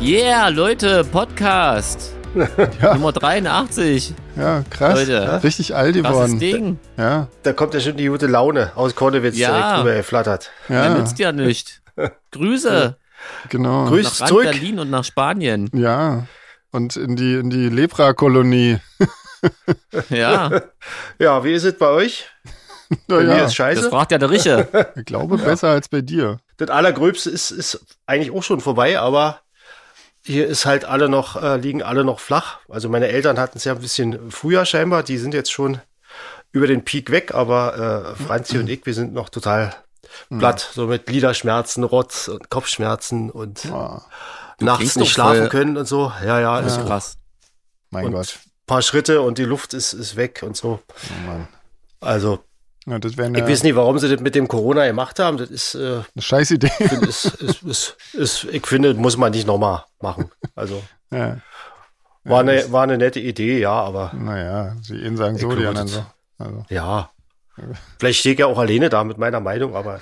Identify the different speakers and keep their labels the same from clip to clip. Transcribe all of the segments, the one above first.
Speaker 1: Yeah, Leute, Podcast. Nummer 83.
Speaker 2: Ja, krass.
Speaker 1: Leute.
Speaker 2: Ja, Richtig alt
Speaker 1: Krasses
Speaker 2: geworden.
Speaker 1: Ding.
Speaker 2: Ja,
Speaker 3: Da kommt ja schon die gute Laune aus Kornewitz
Speaker 1: Ja.
Speaker 3: direkt rüber geflattert.
Speaker 1: Der
Speaker 2: ja,
Speaker 1: nützt ja nicht. Grüße
Speaker 2: genau.
Speaker 3: Grüß
Speaker 1: nach
Speaker 3: zurück.
Speaker 1: Berlin und nach Spanien.
Speaker 2: Ja. Und in die, in die Lepra-Kolonie.
Speaker 1: Ja,
Speaker 3: Ja, wie ist es bei euch? Bei mir
Speaker 2: Naja,
Speaker 3: ist
Speaker 1: das
Speaker 3: scheiße. Das,
Speaker 1: fragt ja der Riche.
Speaker 2: ich glaube besser als bei dir.
Speaker 3: Allergröbste ist, ist eigentlich auch schon vorbei, aber hier ist halt alle noch, äh, liegen alle noch flach. Also meine Eltern hatten es ja ein bisschen früher scheinbar, die sind jetzt schon über den Peak weg, aber äh, Franzi und ich, wir sind noch total platt, so mit Gliederschmerzen, Rotz und Kopfschmerzen und
Speaker 2: Ah,
Speaker 3: nachts
Speaker 1: klingst
Speaker 3: nicht
Speaker 1: doch
Speaker 3: schlafen
Speaker 1: voll-
Speaker 3: können und so. Ja, ja, ist auch ein
Speaker 1: Krass.
Speaker 2: mein
Speaker 3: Und-
Speaker 2: Gott.
Speaker 3: paar Schritte und die Luft ist, ist weg und so.
Speaker 2: Oh Mann.
Speaker 3: Also
Speaker 2: Ja, das wäre
Speaker 3: Ich
Speaker 2: eine,
Speaker 3: weiß nicht, warum sie das mit dem Corona gemacht haben. Das ist, äh,
Speaker 2: eine scheiß Idee.
Speaker 3: find- ist, ist, ist, ist ich finde, muss man nicht nochmal machen. Also
Speaker 2: Ja.
Speaker 3: war eine, war eine nette Idee, ja, aber
Speaker 2: Naja, die einen sagen so,
Speaker 3: Ich
Speaker 2: die
Speaker 3: glaube,
Speaker 2: anderen so.
Speaker 3: das-
Speaker 2: Also,
Speaker 3: ja. Vielleicht stehe ich ja auch alleine da mit meiner Meinung, aber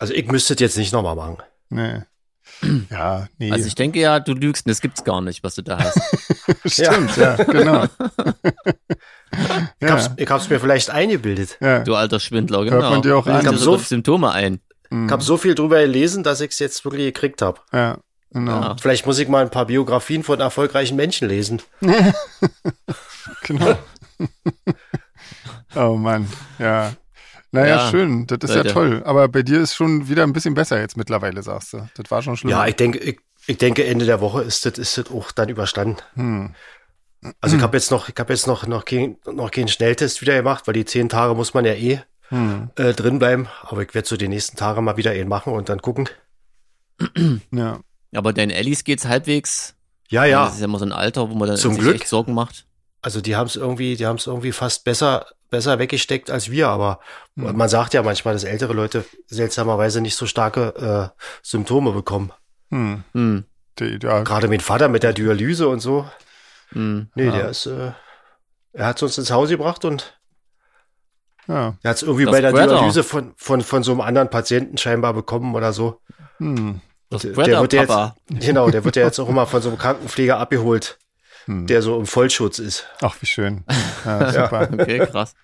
Speaker 3: also ich müsste es jetzt nicht nochmal machen.
Speaker 2: nee. Ja, nee.
Speaker 1: Also ich denke ja, du lügst und das gibt's gar nicht, was du da hast.
Speaker 2: Stimmt, ja, genau.
Speaker 3: Ich hab's,
Speaker 2: ja,
Speaker 3: ich hab's mir vielleicht eingebildet.
Speaker 2: ja.
Speaker 1: Du alter Schwindler, genau.
Speaker 2: Hört man dir auch
Speaker 1: Bildest
Speaker 2: an.
Speaker 1: dir
Speaker 3: Ich hab
Speaker 1: sogar
Speaker 3: so-
Speaker 1: die Symptome ein.
Speaker 2: Mhm.
Speaker 3: Ich habe so viel drüber gelesen, dass ich es jetzt wirklich gekriegt habe.
Speaker 2: ja, genau.
Speaker 1: Ja.
Speaker 3: Vielleicht muss ich mal ein paar Biografien von erfolgreichen Menschen lesen.
Speaker 2: Genau. oh Mann, ja. Naja,
Speaker 1: Ja,
Speaker 2: schön, das ist
Speaker 1: Leute.
Speaker 2: ja toll. Aber bei dir ist schon wieder ein bisschen besser jetzt mittlerweile, sagst du. Das war schon schlimm.
Speaker 3: Ja, ich denke, ich, ich denke, Ende der Woche ist das, ist das auch dann überstanden.
Speaker 2: Hm,
Speaker 3: Also ich
Speaker 1: Hm.
Speaker 3: habe jetzt noch, ich habe jetzt noch, noch keinen noch keinen Schnelltest wieder gemacht, weil die zehn Tage muss man ja eh
Speaker 2: hm,
Speaker 3: äh, drin bleiben. Aber ich werde so die nächsten Tage mal wieder einen machen und dann gucken.
Speaker 2: ja.
Speaker 1: Aber deinen Ellis geht's halbwegs.
Speaker 3: Ja,
Speaker 1: Das
Speaker 3: ja.
Speaker 1: ist ja immer so ein Alter, wo man dann
Speaker 3: Zum
Speaker 1: sich
Speaker 3: Glück.
Speaker 1: echt Sorgen macht.
Speaker 3: Also die haben es irgendwie, die haben es irgendwie fast besser, besser weggesteckt als wir. Aber
Speaker 1: Hm.
Speaker 3: man sagt ja manchmal, dass ältere Leute seltsamerweise nicht so starke äh, Symptome bekommen.
Speaker 2: Hm.
Speaker 1: Hm.
Speaker 2: Die, ja.
Speaker 3: Gerade mein Vater mit der Dialyse und so.
Speaker 1: Hm.
Speaker 3: Nee,
Speaker 2: Ja.
Speaker 3: der ist, äh, er hat uns ins Haus gebracht und
Speaker 2: ja.
Speaker 3: Er hat es irgendwie
Speaker 1: Das
Speaker 3: bei der
Speaker 1: Spreader.
Speaker 3: Dialyse von, von, von so einem anderen Patienten scheinbar bekommen oder so.
Speaker 2: Hm.
Speaker 1: Das
Speaker 3: Der-
Speaker 1: Spreader,
Speaker 3: der wird ja jetzt-
Speaker 1: Papa.
Speaker 3: Genau, der wird ja jetzt auch immer von so einem Krankenpfleger abgeholt,
Speaker 1: Hm.
Speaker 3: der so im Vollschutz ist.
Speaker 2: Ach, wie schön. Ja, super.
Speaker 1: Okay, krass.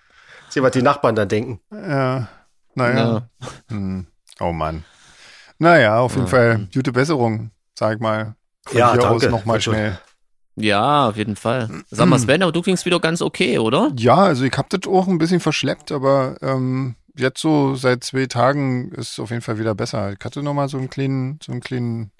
Speaker 3: Sieh, was die Nachbarn dann denken.
Speaker 2: Ja. Naja. Hm. Oh Mann. Naja, auf jeden Fall gute Besserung, sag ich mal. Von
Speaker 3: Ja,
Speaker 2: hier
Speaker 3: danke.
Speaker 2: aus nochmal
Speaker 3: Wird schon.
Speaker 2: schnell.
Speaker 1: Ja, auf jeden Fall. Sag
Speaker 3: Hm.
Speaker 1: mal, Sven, aber du klingst wieder ganz okay, oder?
Speaker 2: Ja, also ich hab das auch ein bisschen verschleppt, aber ähm, jetzt so seit zwei Tagen ist es auf jeden Fall wieder besser. Ich hatte nochmal so einen kleinen, so einen kleinen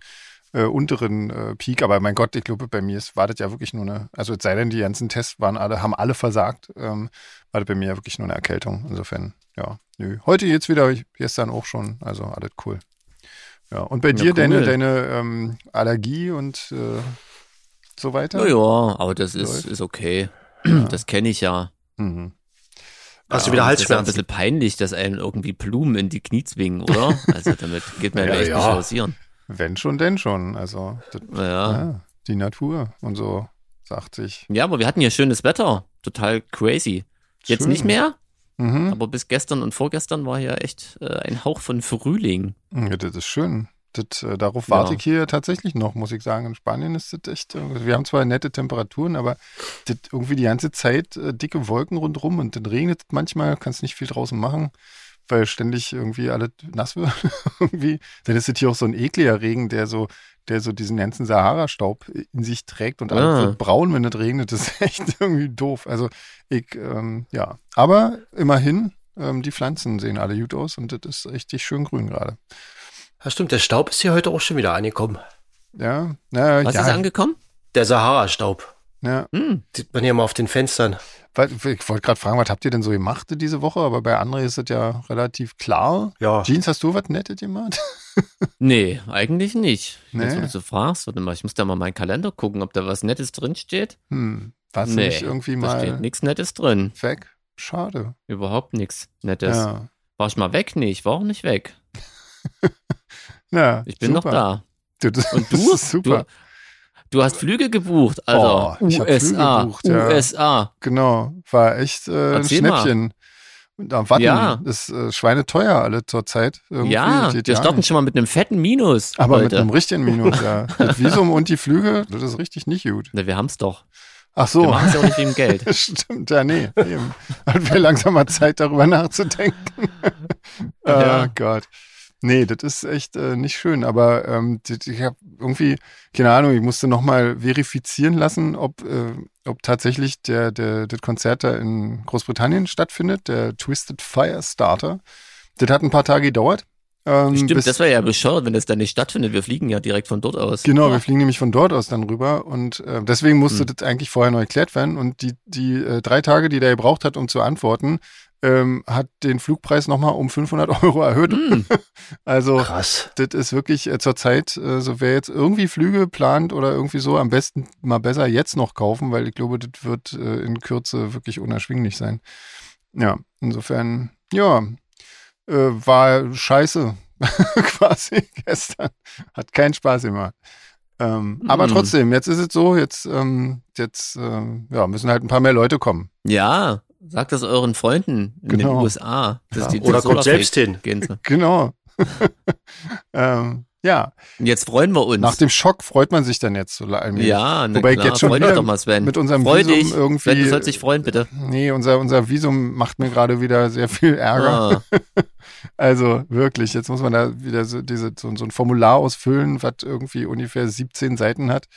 Speaker 2: äh, unteren äh, Peak, aber mein Gott, ich glaube, bei mir ist, war das ja wirklich nur eine, also es sei denn, die ganzen Tests waren alle, haben alle versagt, ähm, war das bei mir ja wirklich nur eine Erkältung. Insofern, ja, nö. Heute jetzt wieder, ich- gestern auch schon, also alles cool. Ja, und bei dir deine,
Speaker 1: cool.
Speaker 2: deine ähm, Allergie und äh, so weiter?
Speaker 1: Naja, aber das ist,
Speaker 2: Läuft.
Speaker 1: ist okay. Das kenne ich ja.
Speaker 2: Mhm.
Speaker 3: Hast du wieder
Speaker 1: Das ist ja ein
Speaker 3: Halsschmerzen?
Speaker 1: bisschen peinlich, dass einem irgendwie Blumen in die Knie zwingen, oder? Also damit geht man ja,
Speaker 3: Ja,
Speaker 1: echt
Speaker 3: ja.
Speaker 1: nicht hausieren.
Speaker 2: Wenn schon, denn schon. Also, das
Speaker 1: Ja.
Speaker 2: Ja, die Natur und so, sagt sich.
Speaker 1: ja, aber wir hatten ja schönes Wetter. Total crazy. Jetzt
Speaker 2: Schön.
Speaker 1: nicht mehr,
Speaker 2: Mhm.
Speaker 1: aber bis gestern und vorgestern war ja echt äh, ein Hauch von Frühling.
Speaker 2: Ja, das ist schön. Das, äh, darauf
Speaker 1: Ja.
Speaker 2: warte ich hier tatsächlich noch, muss ich sagen. In Spanien ist das echt, äh, wir haben zwar nette Temperaturen, aber das irgendwie die ganze Zeit äh, dicke Wolken rundherum und dann regnet es manchmal, kannst nicht viel draußen machen, weil ständig irgendwie alles nass wird. irgendwie. Dann ist das hier auch so ein ekliger Regen, der so, der so diesen ganzen Sahara-Staub in sich trägt und alles
Speaker 1: Ah.
Speaker 2: wird braun, wenn es regnet. Das ist echt irgendwie doof. Also ich, ähm, ja. Aber immerhin, ähm, die Pflanzen sehen alle gut aus und das ist richtig schön grün gerade.
Speaker 3: Ja, stimmt, der Staub ist hier heute auch schon wieder angekommen.
Speaker 2: Ja, na,
Speaker 1: Was
Speaker 2: ja,
Speaker 1: ist angekommen?
Speaker 3: Der Sahara-Staub.
Speaker 2: ja.
Speaker 1: Hm.
Speaker 3: Sieht man hier mal auf den Fenstern.
Speaker 2: Was- Ich wollte gerade fragen, was habt ihr denn so gemacht diese Woche? Aber bei André ist das ja relativ klar.
Speaker 3: Ja.
Speaker 2: Jeans, hast du was Nettes gemacht?
Speaker 1: Nee, eigentlich nicht.
Speaker 2: Nee.
Speaker 1: Jetzt, wo du so fragst, warte mal, ich muss da mal meinen Kalender gucken, ob da was Nettes drin steht.
Speaker 2: Hm, warst du
Speaker 1: Nee,
Speaker 2: nicht irgendwie
Speaker 1: Da steht
Speaker 2: mal
Speaker 1: nichts Nettes drin.
Speaker 2: weg? Schade.
Speaker 1: Überhaupt nichts Nettes.
Speaker 2: ja.
Speaker 1: War ich mal weg? Nee, ich war auch nicht weg.
Speaker 2: ja,
Speaker 1: Ich bin noch da.
Speaker 2: da. Das,
Speaker 1: Und
Speaker 2: das
Speaker 1: du?
Speaker 2: ist super.
Speaker 1: Du, du hast Flüge gebucht, also Alter.
Speaker 2: Oh, ich hab Flüge
Speaker 1: USA.
Speaker 2: gebucht, ja.
Speaker 1: USA.
Speaker 2: Genau, war echt äh, ein
Speaker 1: Erzähl mal.
Speaker 2: Schnäppchen. Da warten,
Speaker 1: Ja.
Speaker 2: ist äh, schweineteuer alle zurzeit. Irgendwie
Speaker 1: Ja,
Speaker 2: geht
Speaker 1: wir
Speaker 2: ja
Speaker 1: starten
Speaker 2: nicht.
Speaker 1: schon mal mit einem fetten Minus.
Speaker 2: Aber mit
Speaker 1: heute.
Speaker 2: einem richtigen Minus, ja. Mit Visum und die Flüge, das ist richtig nicht gut.
Speaker 1: Na, wir haben's doch.
Speaker 2: Ach
Speaker 1: Wir
Speaker 2: so.
Speaker 1: machen's ja auch nicht wegen Geld.
Speaker 2: Stimmt, ja, nee. Eben. Hat wir langsam mal Zeit, darüber nachzudenken.
Speaker 1: Ja.
Speaker 2: Oh Gott. Nee, das ist echt äh, nicht schön, aber ähm, das- ich habe irgendwie, keine Ahnung, ich musste nochmal verifizieren lassen, ob, äh, ob tatsächlich der, der, das Konzert da in Großbritannien stattfindet, der Twisted Fire Starter. Das hat ein paar Tage gedauert. Ähm, bis-
Speaker 1: Stimmt, das wäre ja bescheuert, wenn das dann nicht stattfindet. Wir fliegen ja direkt von dort aus.
Speaker 2: Genau, wir fliegen nämlich von dort aus dann rüber und äh, deswegen musste das eigentlich vorher noch erklärt werden und die, die äh, drei Tage, die der gebraucht hat, um zu antworten, ähm, hat den Flugpreis nochmal um 500 Euro erhöht.
Speaker 1: Hm,
Speaker 2: Also
Speaker 3: Krass.
Speaker 2: das ist wirklich äh, zurzeit, äh, so wer jetzt irgendwie Flüge plant oder irgendwie so, am besten mal besser jetzt noch kaufen, weil ich glaube, das wird äh, in Kürze wirklich unerschwinglich sein. Ja, insofern, ja, äh, war scheiße quasi gestern. Hat keinen Spaß gemacht. Ähm, Aber
Speaker 1: Mm.
Speaker 2: trotzdem, jetzt ist es so, jetzt, ähm, jetzt ähm, ja, müssen halt ein paar mehr Leute kommen.
Speaker 1: ja, sagt das euren Freunden in
Speaker 2: Genau.
Speaker 1: den USA. Das
Speaker 2: Ja,
Speaker 1: ist die,
Speaker 3: Oder
Speaker 1: das Solarfake.
Speaker 3: kommt selbst hin.
Speaker 1: Gehen sie.
Speaker 2: Genau. ähm, ja,
Speaker 1: Und jetzt freuen wir uns.
Speaker 2: nach dem Schock freut man sich dann jetzt so allmählich.
Speaker 1: ja, na
Speaker 2: Wobei ich
Speaker 1: klar,
Speaker 2: jetzt schon
Speaker 1: freu dich
Speaker 2: wieder
Speaker 1: doch mal, Sven.
Speaker 2: mit unserem
Speaker 1: freu
Speaker 2: Visum
Speaker 1: dich.
Speaker 2: irgendwie- äh,
Speaker 1: Sven, du sollst dich freuen, bitte.
Speaker 2: Nee, unser, unser Visum macht mir gerade wieder sehr viel Ärger.
Speaker 1: Ah,
Speaker 2: Also wirklich, jetzt muss man da wieder so, diese, so, so ein Formular ausfüllen, was irgendwie ungefähr 17 Seiten hat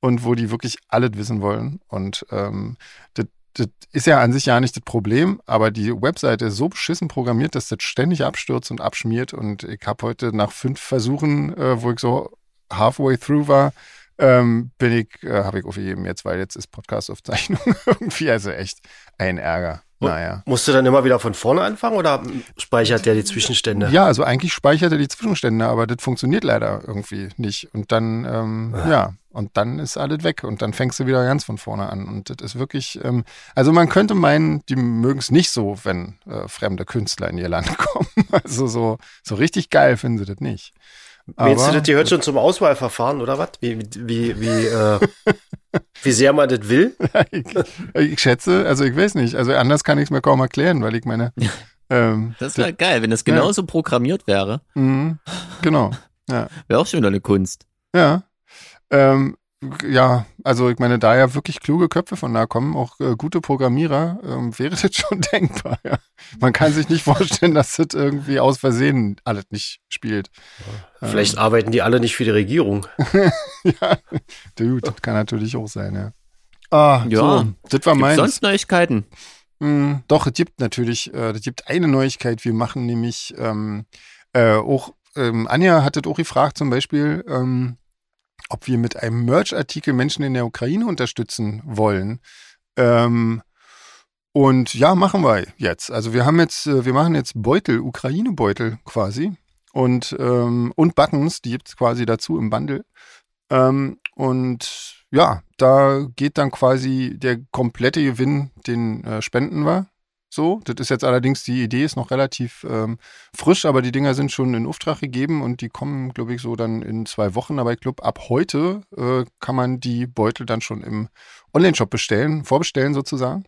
Speaker 2: und wo die wirklich alles wissen wollen. Und ähm, das, das ist ja an sich ja nicht das Problem, aber die Webseite ist so beschissen programmiert, dass das ständig abstürzt und abschmiert. Und ich habe heute nach fünf Versuchen, äh, wo ich so halfway through war, ähm, bin ich, äh, habe ich aufgegeben jetzt, weil jetzt ist Podcast-Aufzeichnung irgendwie, also echt ein Ärger.
Speaker 3: Und-
Speaker 2: Naja.
Speaker 3: Musst du dann immer wieder von vorne anfangen oder speichert der die Zwischenstände?
Speaker 2: Ja, also eigentlich speichert er die Zwischenstände, aber das funktioniert leider irgendwie nicht. Und dann, ähm, ja, und dann ist alles weg und dann fängst du wieder ganz von vorne an. Und das ist wirklich, ähm, also man könnte meinen, die mögen es nicht so, wenn äh, fremde Künstler in ihr Land kommen. Also so, so richtig geil finden sie das nicht.
Speaker 3: Meinst du, das gehört schon zum Auswahlverfahren oder was? Wie, wie, wie, äh, wie sehr man das will?
Speaker 2: ich, ich schätze, also ich weiß nicht, also anders kann ich es mir kaum erklären, weil ich meine, ähm,
Speaker 1: das wäre geil, wenn das genauso programmiert wäre.
Speaker 2: mh, genau.
Speaker 1: Wäre auch schon wieder eine Kunst.
Speaker 2: Ja. Ähm, g- ja, also ich meine, da ja wirklich kluge Köpfe von da kommen, auch äh, gute Programmierer, ähm, wäre das schon denkbar. Ja. Man kann sich nicht vorstellen, dass das irgendwie aus Versehen alles nicht spielt.
Speaker 3: Vielleicht arbeiten die alle nicht für die Regierung.
Speaker 2: Ähm, Ja, dude, das kann natürlich auch sein, ja. Ah,
Speaker 1: Ja.
Speaker 2: so, das war
Speaker 1: Gibt's
Speaker 2: meins.
Speaker 1: sonst Neuigkeiten?
Speaker 2: Mm, Doch, es gibt natürlich, äh, es gibt eine Neuigkeit. Wir machen nämlich ähm, äh, auch, ähm, Anja hat das auch gefragt zum Beispiel, ähm, ob wir mit einem Merch-Artikel Menschen in der Ukraine unterstützen wollen. Ähm, und ja, machen wir jetzt. Also wir haben jetzt, äh, wir machen jetzt Beutel, Ukraine-Beutel quasi. Und, ähm, und Buttons, die gibt's quasi dazu im Bundle. Ähm, und ja, da geht dann quasi der komplette Gewinn den äh, Spenden war. So, das ist jetzt allerdings, die Idee ist noch relativ ähm, frisch, aber die Dinger sind schon in Auftrag gegeben und die kommen, glaube ich, so dann in zwei Wochen. Aber ich glaube, ab heute äh, kann man die Beutel dann schon im Online-Shop bestellen, vorbestellen sozusagen.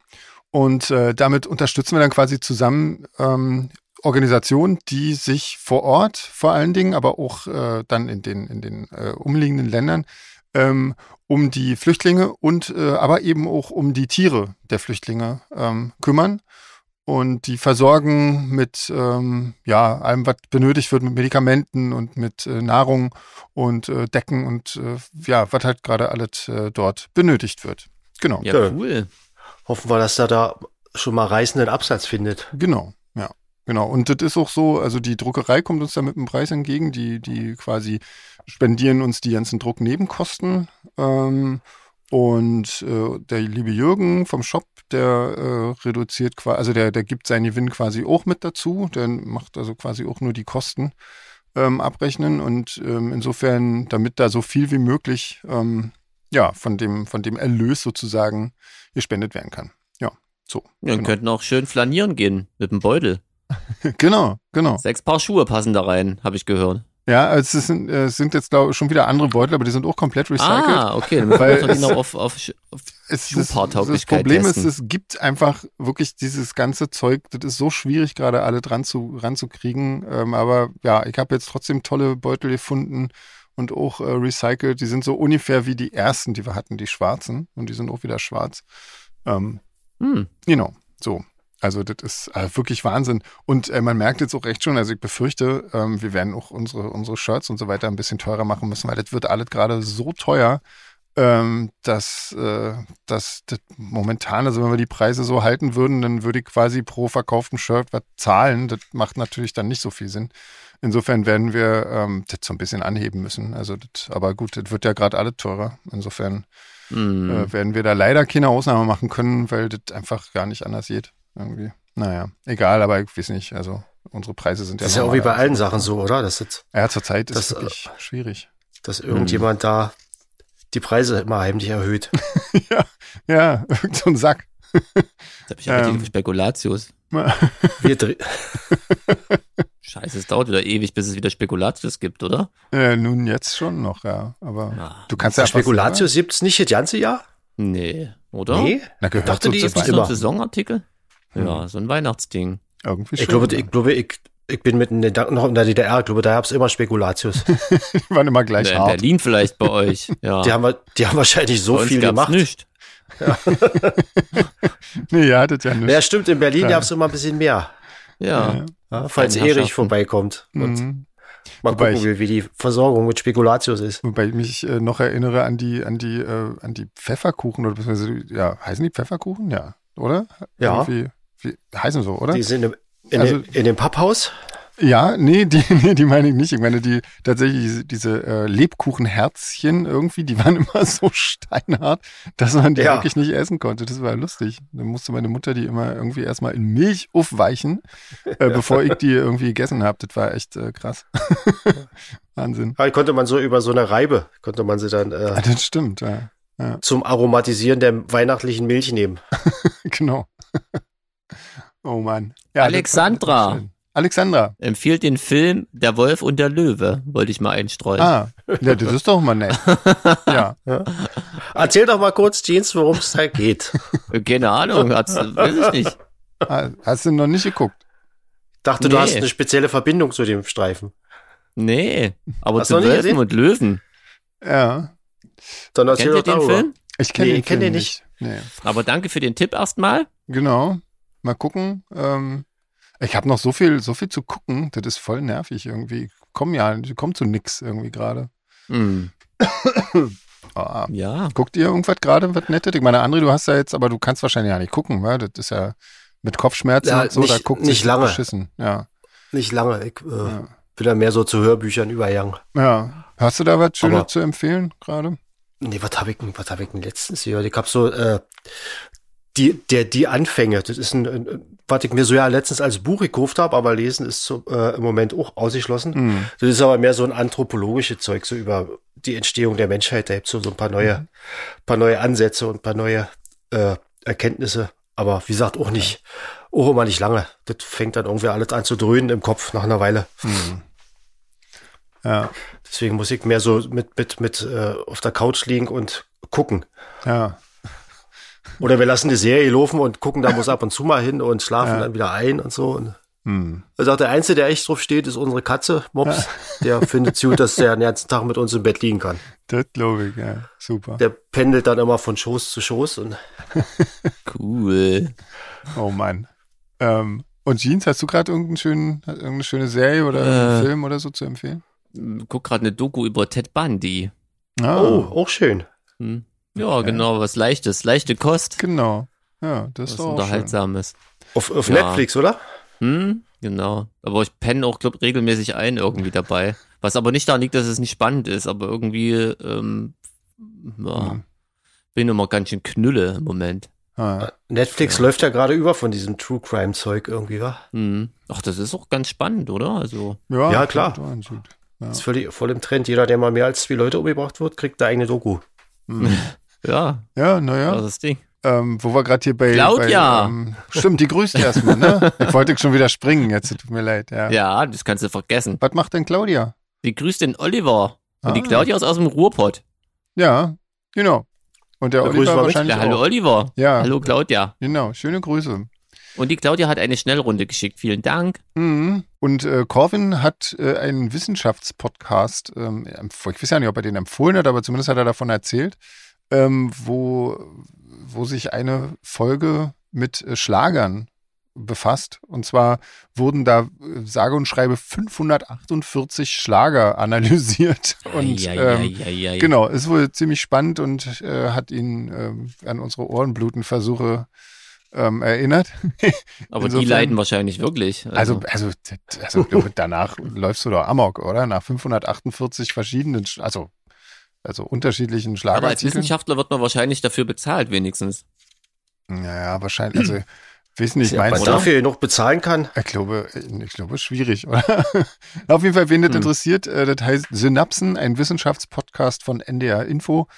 Speaker 2: Und äh, damit unterstützen wir dann quasi zusammen ähm, Organisationen, die sich vor Ort vor allen Dingen, aber auch äh, dann in den, in den äh, umliegenden Ländern ähm, um die Flüchtlinge und äh, aber eben auch um die Tiere der Flüchtlinge ähm, kümmern und die versorgen mit ähm, ja allem, was benötigt wird, mit Medikamenten und mit äh, Nahrung und äh, Decken und äh, ja, was halt gerade alles äh, dort benötigt wird. Genau,
Speaker 1: Ja,
Speaker 3: Ja.
Speaker 1: cool.
Speaker 3: Hoffen wir, dass er da schon mal reißenden Absatz findet.
Speaker 2: genau, ja. Genau, und das ist auch so, also die Druckerei kommt uns da mit einem Preis entgegen, die, die quasi spendieren uns die ganzen Drucknebenkosten. Ähm, und äh, der liebe Jürgen vom Shop, der äh, reduziert quasi, also der, der gibt seinen Gewinn quasi auch mit dazu, der macht also quasi auch nur die Kosten ähm, abrechnen und ähm, insofern, damit da so viel wie möglich ähm, ja, von dem, von dem Erlös sozusagen gespendet werden kann. Ja, so.
Speaker 1: Wir
Speaker 2: genau.
Speaker 1: könnten auch schön flanieren gehen mit dem Beutel.
Speaker 2: genau, genau.
Speaker 1: Sechs Paar Schuhe passen da rein, habe ich gehört.
Speaker 2: Ja, also es sind, äh, es sind jetzt glaube ich schon wieder andere Beutel, aber die sind auch komplett recycelt.
Speaker 1: Ah, okay, dann müssen
Speaker 2: Weil
Speaker 1: wir das
Speaker 2: es-
Speaker 1: noch auf, auf, Sch- auf
Speaker 2: es ist, das
Speaker 1: Schuhpaartauglichkeit
Speaker 2: Problem ist,
Speaker 1: testen.
Speaker 2: es gibt einfach wirklich dieses ganze Zeug, das ist so schwierig gerade alle dran zu ranzukriegen. Ähm, aber ja, ich habe jetzt trotzdem tolle Beutel gefunden und auch äh, recycelt. Die sind so ungefähr wie die ersten, die wir hatten, die schwarzen. Und die sind auch wieder schwarz. Ähm,
Speaker 1: Hm.
Speaker 2: Genau, so. Also das ist äh, wirklich Wahnsinn. Und äh, man merkt jetzt auch echt schon, also ich befürchte, ähm, wir werden auch unsere, unsere Shirts und so weiter ein bisschen teurer machen müssen, weil das wird alles gerade so teuer, ähm, dass, äh, dass das momentan, also wenn wir die Preise so halten würden, dann würde ich quasi pro verkauften Shirt was zahlen. Das macht natürlich dann nicht so viel Sinn. Insofern werden wir ähm, das so ein bisschen anheben müssen. Also das, aber gut, das wird ja gerade alles teurer. Insofern
Speaker 1: Hm.
Speaker 3: Mhm.
Speaker 2: äh, werden wir da leider keine Ausnahme machen können, weil das einfach gar nicht anders geht. Irgendwie. Naja, egal, aber ich weiß nicht. Also unsere Preise sind ja.
Speaker 3: Das ist ja auch wie bei allen Sachen so, oder? Dass, jetzt,
Speaker 2: Ja, zurzeit ist
Speaker 3: Das, äh,
Speaker 2: es wirklich schwierig.
Speaker 3: dass irgendjemand da die Preise immer heimlich erhöht.
Speaker 2: ja, ja, irgend so ein Sack.
Speaker 1: Jetzt habe ich ja
Speaker 2: ähm,
Speaker 1: ähm, Spekulatius.
Speaker 3: Wir dre-
Speaker 1: Scheiße, es dauert wieder ewig, bis es wieder Spekulatius gibt, oder?
Speaker 2: Äh, nun jetzt schon noch, ja. Aber
Speaker 1: Ah,
Speaker 2: du kannst ja einfach-
Speaker 3: Spekulatius gibt's nicht das ganze Jahr?
Speaker 1: nee, oder?
Speaker 3: Nee?
Speaker 2: Na, gehört
Speaker 3: Dachte
Speaker 2: so
Speaker 3: die
Speaker 2: zu
Speaker 1: Ist das
Speaker 3: nicht
Speaker 1: so ein
Speaker 2: Weihnachten.
Speaker 3: immer.
Speaker 1: Saisonartikel? Ja, so ein Weihnachtsding.
Speaker 2: Irgendwie
Speaker 3: Ich
Speaker 2: schon.
Speaker 3: glaube, ich, glaube, ich, ich bin mitten in den Gedanken noch in der DDR. Ich glaube, da gab's immer Spekulatius.
Speaker 2: Die waren immer gleich
Speaker 1: Oder in
Speaker 2: hart.
Speaker 1: Berlin vielleicht bei euch. Ja.
Speaker 3: Die haben, wa- die haben wahrscheinlich so
Speaker 1: bei uns
Speaker 3: viel
Speaker 1: gab's
Speaker 3: gemacht.
Speaker 1: Nicht.
Speaker 2: Nee, ja, das ja nicht.
Speaker 3: Ja, stimmt, in Berlin
Speaker 2: Ja.
Speaker 3: gab's immer ein bisschen mehr.
Speaker 1: Ja.
Speaker 2: Ja.
Speaker 3: Ja, falls
Speaker 1: Feine Herrschaften.
Speaker 3: Erich vorbeikommt. Und
Speaker 2: Mhm.
Speaker 3: mal
Speaker 2: Wobei
Speaker 3: gucken, wie, wie die Versorgung mit Spekulatius ist.
Speaker 2: Wobei ich mich äh, noch erinnere an die, an die, äh, an die Pfefferkuchen oder beziehungsweise, ja, heißen die Pfefferkuchen? Ja, oder?
Speaker 3: Ja.
Speaker 2: Irgendwie, wie, heißen so, oder?
Speaker 3: Die sind im, in,
Speaker 2: Also-
Speaker 3: dem, in dem Papphaus.
Speaker 2: Ja, nee, die, nee, die meine ich nicht. Ich meine, die tatsächlich diese, diese äh, Lebkuchenherzchen irgendwie, die waren immer so steinhart, dass man die
Speaker 3: Ja.
Speaker 2: wirklich nicht essen konnte. Das war lustig. Dann musste meine Mutter die immer irgendwie erstmal in Milch aufweichen, äh, bevor ich die irgendwie gegessen habe. Das war echt äh, krass. Wahnsinn.
Speaker 3: Da konnte man so über so eine Reibe, konnte man sie dann
Speaker 2: Ah,
Speaker 3: äh,
Speaker 2: das stimmt, ja.
Speaker 3: zum Aromatisieren der weihnachtlichen Milch nehmen.
Speaker 2: Genau. oh Mann. Ja, das war-
Speaker 1: Alexandra.
Speaker 2: schön. Alexandra.
Speaker 1: Empfiehlt den Film Der Wolf und der Löwe, wollte ich mal einstreuen.
Speaker 2: Ah, ja, das ist doch mal nett. Ja.
Speaker 3: Erzähl doch mal kurz, Jeans, worum es da geht.
Speaker 1: Äh, Keine Ahnung, hat's, weiß ich nicht.
Speaker 2: Ah, Hast du noch nicht geguckt?
Speaker 3: Dachte, du
Speaker 1: Nee.
Speaker 3: hast eine spezielle Verbindung zu dem Streifen.
Speaker 1: Nee, aber
Speaker 3: Hast
Speaker 1: zu
Speaker 3: du noch nicht
Speaker 1: Wölfen
Speaker 3: gesehen?
Speaker 1: und Löwen.
Speaker 2: Ja.
Speaker 3: Dann erzähl
Speaker 1: Kennt ihr
Speaker 3: doch
Speaker 1: den
Speaker 3: darüber.
Speaker 1: Film?
Speaker 2: Ich kenne
Speaker 3: Nee,
Speaker 2: den, Film
Speaker 3: kenn den
Speaker 2: nicht. Nee.
Speaker 1: Aber danke für den Tipp erstmal.
Speaker 2: Genau. Mal gucken. Ähm, ich habe noch so viel, so viel zu gucken. Das ist voll nervig irgendwie. Ich Komm ja, ich komm zu nix irgendwie gerade.
Speaker 1: Hm,
Speaker 2: Ah.
Speaker 1: ja,
Speaker 2: Guckt ihr irgendwas gerade, was Nettes? Ich meine, André, du hast ja jetzt, aber du kannst wahrscheinlich ja nicht gucken, weil das ist ja mit Kopfschmerzen
Speaker 3: Ja,
Speaker 2: und so,
Speaker 3: nicht-
Speaker 2: da guckt
Speaker 3: nicht
Speaker 2: sich
Speaker 3: lange.
Speaker 2: beschissen. Ja.
Speaker 3: Nicht lange. Ich äh,
Speaker 2: Ja.
Speaker 3: bin da mehr so zu Hörbüchern übergegangen.
Speaker 2: ja. Hast du da was Schönes
Speaker 3: Aber-
Speaker 2: zu empfehlen gerade?
Speaker 3: Nee, was habe ich, denn- was hab ich denn letztens gehört? Ich habe so, äh, die, der, die Anfänge, das ist ein, ein was ich mir so ja letztens als Buch gekauft habe, aber lesen ist so, äh, im Moment auch ausgeschlossen.
Speaker 2: Hm.
Speaker 3: Das ist aber mehr so ein anthropologisches Zeug, so über die Entstehung der Menschheit. Da gibt's so, so ein paar neue, paar neue Ansätze und paar neue äh, Erkenntnisse. Aber wie gesagt, auch nicht, auch immer nicht lange. Das fängt dann irgendwie alles an zu dröhnen im Kopf nach einer Weile.
Speaker 2: Ja,
Speaker 3: Deswegen muss ich mehr so mit, mit, mit äh, auf der Couch liegen und gucken.
Speaker 2: ja.
Speaker 3: Oder wir lassen die Serie laufen und gucken da muss ab und zu mal hin und schlafen dann wieder ein und so. Und
Speaker 2: Hm.
Speaker 3: also auch der Einzige, der echt drauf steht, ist unsere Katze, Mops. Der findet es gut, dass der den ganzen Tag mit uns im Bett liegen kann.
Speaker 2: Das glaube ich, ja. Super.
Speaker 3: Der pendelt dann immer von Schoß zu Schoß und
Speaker 1: cool.
Speaker 2: Oh Mann. Ähm, und Jeans, hast du gerade irgendeinen schönen, irgendeine schöne Serie oder irgendeinen
Speaker 1: Äh.
Speaker 2: Film oder so zu empfehlen?
Speaker 1: Guck gerade eine Doku über Ted Bundy.
Speaker 2: Ah,
Speaker 3: oh, auch schön.
Speaker 1: Hm. Ja, genau, was Leichtes, leichte Kost,
Speaker 2: Genau. Ja, das
Speaker 1: was halt
Speaker 2: ist doch auch schön.
Speaker 1: Unterhaltsames.
Speaker 3: Auf, auf
Speaker 1: Ja.
Speaker 3: Netflix, oder?
Speaker 1: Hm, genau. Aber ich penne auch, glaube regelmäßig ein irgendwie dabei. Was aber nicht daran liegt, dass es nicht spannend ist, aber irgendwie ähm, ja,
Speaker 2: Hm.
Speaker 1: bin immer ganz schön knülle im Moment.
Speaker 2: Ah,
Speaker 3: Netflix läuft ja gerade über von diesem True Crime Zeug irgendwie, wa?
Speaker 1: Hm. Ach, das ist auch ganz spannend, oder? Also,
Speaker 2: ja,
Speaker 3: Ja, klar.
Speaker 2: stimmt, Orange Juice.
Speaker 3: Ist völlig, voll im Trend. Jeder, der mal mehr als zwei Leute umgebracht wird, kriegt da eigene Doku.
Speaker 1: ja,
Speaker 2: Hm. Ja, naja.
Speaker 1: das ist das Ding.
Speaker 2: Ähm, wo wir gerade hier bei.
Speaker 1: Also- Claudia!
Speaker 2: Bei, ähm, stimmt, die grüßt erstmal, ne? Ich wollte schon wieder springen, jetzt tut mir leid. Ja.
Speaker 1: Ja, das kannst du vergessen.
Speaker 2: Was macht denn Claudia?
Speaker 1: Die grüßt den Oliver. Und die
Speaker 2: Ah.
Speaker 1: Claudia ist aus dem Ruhrpott.
Speaker 2: Ja, genau. Und der
Speaker 3: Da grüßen
Speaker 2: Oliver
Speaker 3: wir mich.
Speaker 2: wahrscheinlich
Speaker 1: Ja, hallo
Speaker 2: auch.
Speaker 1: Oliver.
Speaker 2: Ja,
Speaker 1: Hallo Claudia.
Speaker 2: genau. Schöne Grüße.
Speaker 1: Und die Claudia hat eine Schnellrunde geschickt. Vielen Dank.
Speaker 2: Mhm. Und äh, Corvin hat äh, einen Wissenschaftspodcast, ähm, empf- ich weiß ja nicht, ob er den empfohlen hat, aber zumindest hat er davon erzählt, ähm, wo, wo sich eine Folge mit äh, Schlagern befasst. Und zwar wurden da äh, sage und schreibe 548 Schlager analysiert. Und ähm,
Speaker 1: Eieieiei.
Speaker 2: Genau, ist wohl ziemlich spannend und äh, hat ihn ähm, an unsere Ohrenblutenversuche ähm, erinnert.
Speaker 1: Aber
Speaker 2: insofern-
Speaker 1: die leiden wahrscheinlich wirklich.
Speaker 2: Also, also, also, also danach läufst du doch amok, oder? Nach 548 verschiedenen, Sch- also, also unterschiedlichen
Speaker 1: aber als
Speaker 2: Schlagartikeln.
Speaker 1: Wissenschaftler wird man wahrscheinlich dafür bezahlt, wenigstens.
Speaker 2: Naja, wahrscheinlich, also, weiß nicht,
Speaker 1: Ja,
Speaker 2: meinst
Speaker 3: Man
Speaker 1: Oder?
Speaker 2: du?
Speaker 3: dafür genug bezahlen kann.
Speaker 2: Ich glaube, ich glaube, schwierig, oder? Auf jeden Fall, wen das
Speaker 1: Hm.
Speaker 2: interessiert, äh, das heißt Synapsen, ein Wissenschaftspodcast von NDR Info.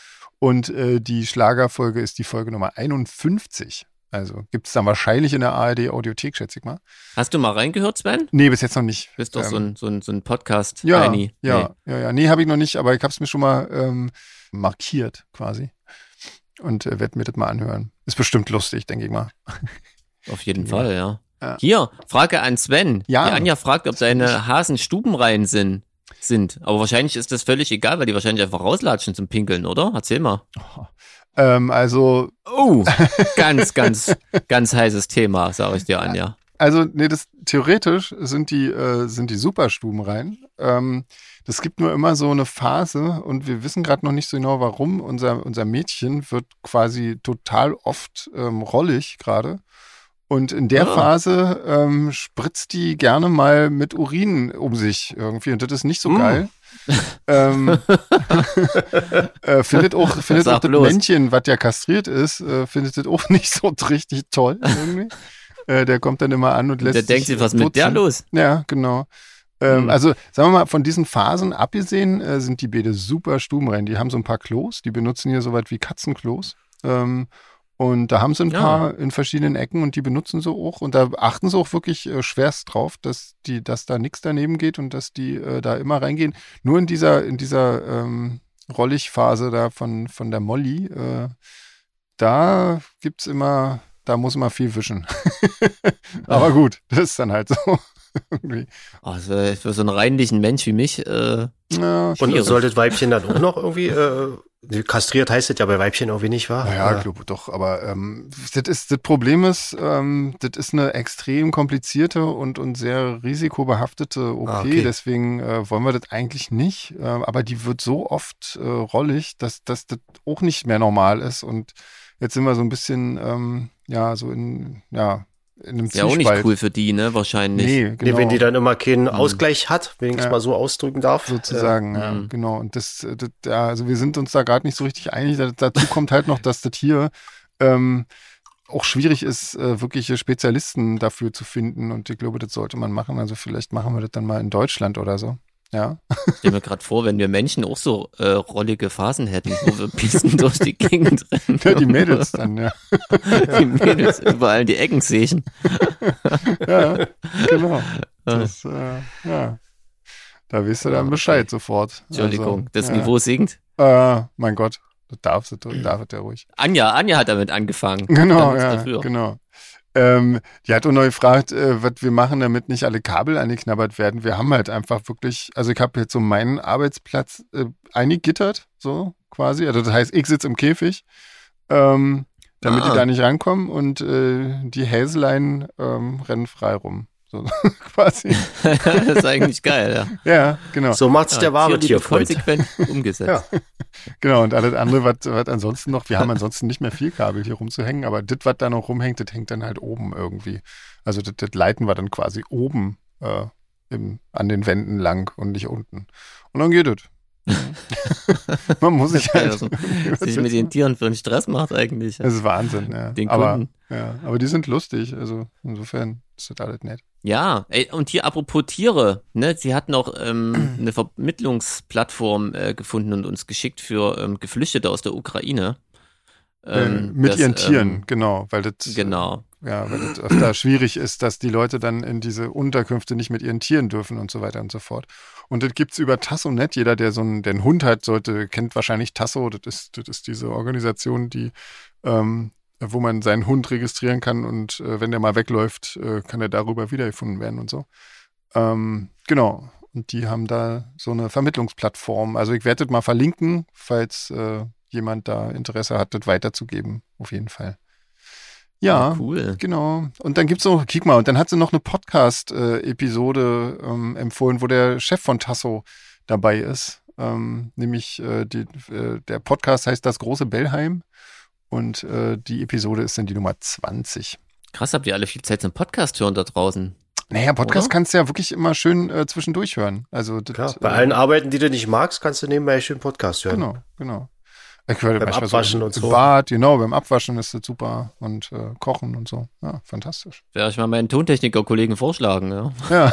Speaker 2: Und äh, die Schlagerfolge ist die Folge Nummer 51. Also gibt es dann wahrscheinlich in der ARD Audiothek, schätze ich mal.
Speaker 1: Hast du mal reingehört, Sven?
Speaker 2: Nee, bis jetzt noch nicht.
Speaker 1: Bist doch
Speaker 2: Ähm,
Speaker 1: so ein, so ein, so ein podcast
Speaker 2: ja,
Speaker 1: Heini.
Speaker 2: ja,
Speaker 1: Nee.
Speaker 2: ja, ja. Nee, habe ich noch nicht, aber ich habe es mir schon mal ähm, markiert quasi. Und äh, werde mir das mal anhören. Ist bestimmt lustig, denke ich mal.
Speaker 1: Auf jeden
Speaker 2: Ja.
Speaker 1: Fall, ja.
Speaker 2: Ja.
Speaker 1: Hier, Frage an Sven.
Speaker 2: Ja.
Speaker 1: Die Anja fragt, ob
Speaker 2: ich-
Speaker 1: seine Hasen Stubenreihen sind. Sind. Aber wahrscheinlich ist das völlig egal, weil die wahrscheinlich einfach rauslatschen zum Pinkeln, oder? Erzähl mal.
Speaker 2: Ähm, also
Speaker 1: Oh, ganz, ganz, ganz heißes Thema, sag ich dir, Anja.
Speaker 2: Also, nee, das theoretisch sind die, äh, sind die Superstuben rein. Ähm, das gibt nur immer so eine Phase und wir wissen gerade noch nicht so genau, warum. Unser, unser Mädchen wird quasi total oft ähm, rollig gerade. Und in der
Speaker 1: Ah.
Speaker 2: Phase ähm, spritzt die gerne mal mit Urin um sich irgendwie. Und das ist nicht so
Speaker 3: Mm.
Speaker 2: geil. ähm, äh, findet auch, findet
Speaker 1: Sag
Speaker 2: auch das
Speaker 1: bloß.
Speaker 2: Männchen, was ja kastriert ist, äh, findet das auch nicht so richtig toll irgendwie. Äh, der kommt dann immer an und lässt
Speaker 1: Der denkt
Speaker 2: sich,
Speaker 1: sich, was ist mit der
Speaker 2: putzen.
Speaker 1: los?
Speaker 2: Ja, genau. Ähm,
Speaker 1: Hm.
Speaker 2: Also, sagen wir mal, von diesen Phasen abgesehen äh, sind die Bäder super stubenrein. Die haben so ein paar Klos, die benutzen hier so weit wie Katzenklos. Ähm, und da haben sie ein
Speaker 1: Ja.
Speaker 2: paar in verschiedenen Ecken und die benutzen sie auch. Und da achten sie auch wirklich äh, schwerst drauf, dass die, dass da nichts daneben geht und dass die äh, da immer reingehen. Nur in dieser, in dieser ähm, Rolligphase da von, von der Molly, äh, da gibt's immer, da muss man viel wischen. Aber gut, das ist dann halt so. Irgendwie.
Speaker 1: Also für so einen reinlichen Mensch wie mich, äh,
Speaker 2: Ja,
Speaker 3: Und ihr
Speaker 1: Schwierig.
Speaker 3: solltet Weibchen dann auch noch irgendwie, äh, kastriert heißt das ja bei Weibchen irgendwie nicht, wahr?
Speaker 2: Naja,
Speaker 3: Äh,
Speaker 2: ich glaube doch, aber ähm, das, ist, das Problem ist, ähm, das ist eine extrem komplizierte und, und sehr risikobehaftete OP,
Speaker 3: Ah, okay.
Speaker 2: deswegen äh, wollen wir das eigentlich nicht. Äh, aber die wird so oft äh, rollig, dass, dass das auch nicht mehr normal ist. Und jetzt sind wir so ein bisschen, ähm, ja, so in, ja, in einem
Speaker 1: ja auch nicht
Speaker 2: Zwiespalt.
Speaker 1: cool für die, ne? Wahrscheinlich.
Speaker 2: Nee,
Speaker 3: nee,
Speaker 2: genau.
Speaker 3: Wenn die dann immer keinen Ausgleich hat, wenn ich es
Speaker 2: Ja.
Speaker 3: mal so ausdrücken darf.
Speaker 2: sozusagen, ja,
Speaker 1: Mhm.
Speaker 2: genau. Und das, äh, das, ja, also wir sind uns da gerade nicht so richtig einig. Da- Dazu kommt halt noch, dass das hier ähm, auch schwierig ist, äh, wirkliche Spezialisten dafür zu finden. Und ich glaube, das sollte man machen. Also vielleicht machen wir das dann mal in Deutschland oder so. Ja.
Speaker 1: Ich stell mir gerade vor, wenn wir Menschen auch so äh, rollige Phasen hätten, wo wir pissen durch die Gegend rennen.
Speaker 2: ja die Mädels dann, ja.
Speaker 1: die Mädels überall in die Ecken sehen.
Speaker 2: ja ja, genau. Das, äh, ja. Da weißt du
Speaker 1: Ja,
Speaker 2: dann
Speaker 1: okay.
Speaker 2: Bescheid sofort.
Speaker 1: Entschuldigung,
Speaker 2: Also,
Speaker 1: das
Speaker 2: ja.
Speaker 1: Niveau sinkt.
Speaker 2: Äh, mein Gott, das darfst du, darf es ja ruhig.
Speaker 1: Anja, Anja hat damit angefangen.
Speaker 2: Genau,
Speaker 1: Damit's
Speaker 2: ja,
Speaker 1: dafür.
Speaker 2: genau. Ähm, die hat auch noch gefragt, äh, was wir machen, damit nicht alle Kabel angeknabbert werden. Wir haben halt einfach wirklich, also ich habe jetzt so meinen Arbeitsplatz äh, eingegittert, so quasi. Also das heißt, ich sitze im Käfig, ähm, damit
Speaker 1: Ah.
Speaker 2: die da nicht rankommen und äh, die Häslein ähm, rennen frei rum. So quasi.
Speaker 1: das ist eigentlich geil, ja.
Speaker 2: Ja, genau.
Speaker 3: Äh, So macht's der wahre
Speaker 1: Tierliebe
Speaker 3: Tierfreund.
Speaker 1: konsequent umgesetzt.
Speaker 2: Genau, und alles andere, was, was ansonsten noch, wir haben ansonsten nicht mehr viel Kabel hier rumzuhängen, aber das, was da noch rumhängt, das hängt dann halt oben irgendwie. Also das, das leiten wir dann quasi oben äh, im, an den Wänden lang und nicht unten. Und dann geht es. Man muss sich
Speaker 1: Geil, was
Speaker 2: halt.
Speaker 1: man Also, sich mit den Tieren für einen Stress macht eigentlich.
Speaker 2: das ist Wahnsinn, ja.
Speaker 1: Den
Speaker 2: Also, aber,
Speaker 1: Kunden.
Speaker 2: ja. aber die sind lustig, also insofern ist das alles nett.
Speaker 1: Ja, ey, und hier apropos Tiere, ne, sie hatten auch ähm, eine Vermittlungsplattform äh, gefunden und uns geschickt für ähm, Geflüchtete aus der Ukraine.
Speaker 2: Äh,
Speaker 1: Ähm,
Speaker 2: mit
Speaker 1: das,
Speaker 2: ihren Tieren,
Speaker 1: Ähm,
Speaker 2: genau, weil das.
Speaker 1: genau.
Speaker 2: ja, weil es öfter schwierig ist, dass die Leute dann in diese Unterkünfte nicht mit ihren Tieren dürfen und so weiter und so fort. Und das gibt's über Tassonet. Jeder, der so einen, der einen Hund hat, sollte, kennt wahrscheinlich Tasso. Das ist, das ist diese Organisation, die, ähm, wo man seinen Hund registrieren kann und äh, wenn der mal wegläuft, äh, kann er darüber wiedergefunden werden und so. Ähm, genau. Und die haben da so eine Vermittlungsplattform. Also ich werde das mal verlinken, falls äh, jemand da Interesse hat, das weiterzugeben. Auf jeden Fall. Ja,
Speaker 1: Ah, cool.
Speaker 2: genau. Und dann gibt's noch, kick mal, und dann hat sie noch eine Podcast-Episode ähm, empfohlen, wo der Chef von Tasso dabei ist. Ähm, nämlich äh, die, äh, der Podcast heißt Das große Bellheim. Und äh, die Episode ist dann die Nummer 20.
Speaker 1: Krass, habt ihr alle viel Zeit zum Podcast hören da draußen.
Speaker 2: Naja, Podcast
Speaker 1: Oder?
Speaker 2: kannst du ja wirklich immer schön äh, zwischendurch hören. Also das,
Speaker 3: Klar, bei
Speaker 2: äh,
Speaker 3: allen Arbeiten, die du nicht magst, kannst du nebenbei schön Podcast hören.
Speaker 2: Genau, genau. Ich höre
Speaker 3: Beim
Speaker 2: manchmal so
Speaker 3: Abwaschen
Speaker 2: im,
Speaker 3: und
Speaker 2: im
Speaker 3: so.
Speaker 2: Bad, genau, beim Abwaschen ist das super und äh, Kochen und so. Ja, fantastisch.
Speaker 1: Werde ich mal meinen Tontechniker-Kollegen vorschlagen, ja.
Speaker 2: Ja,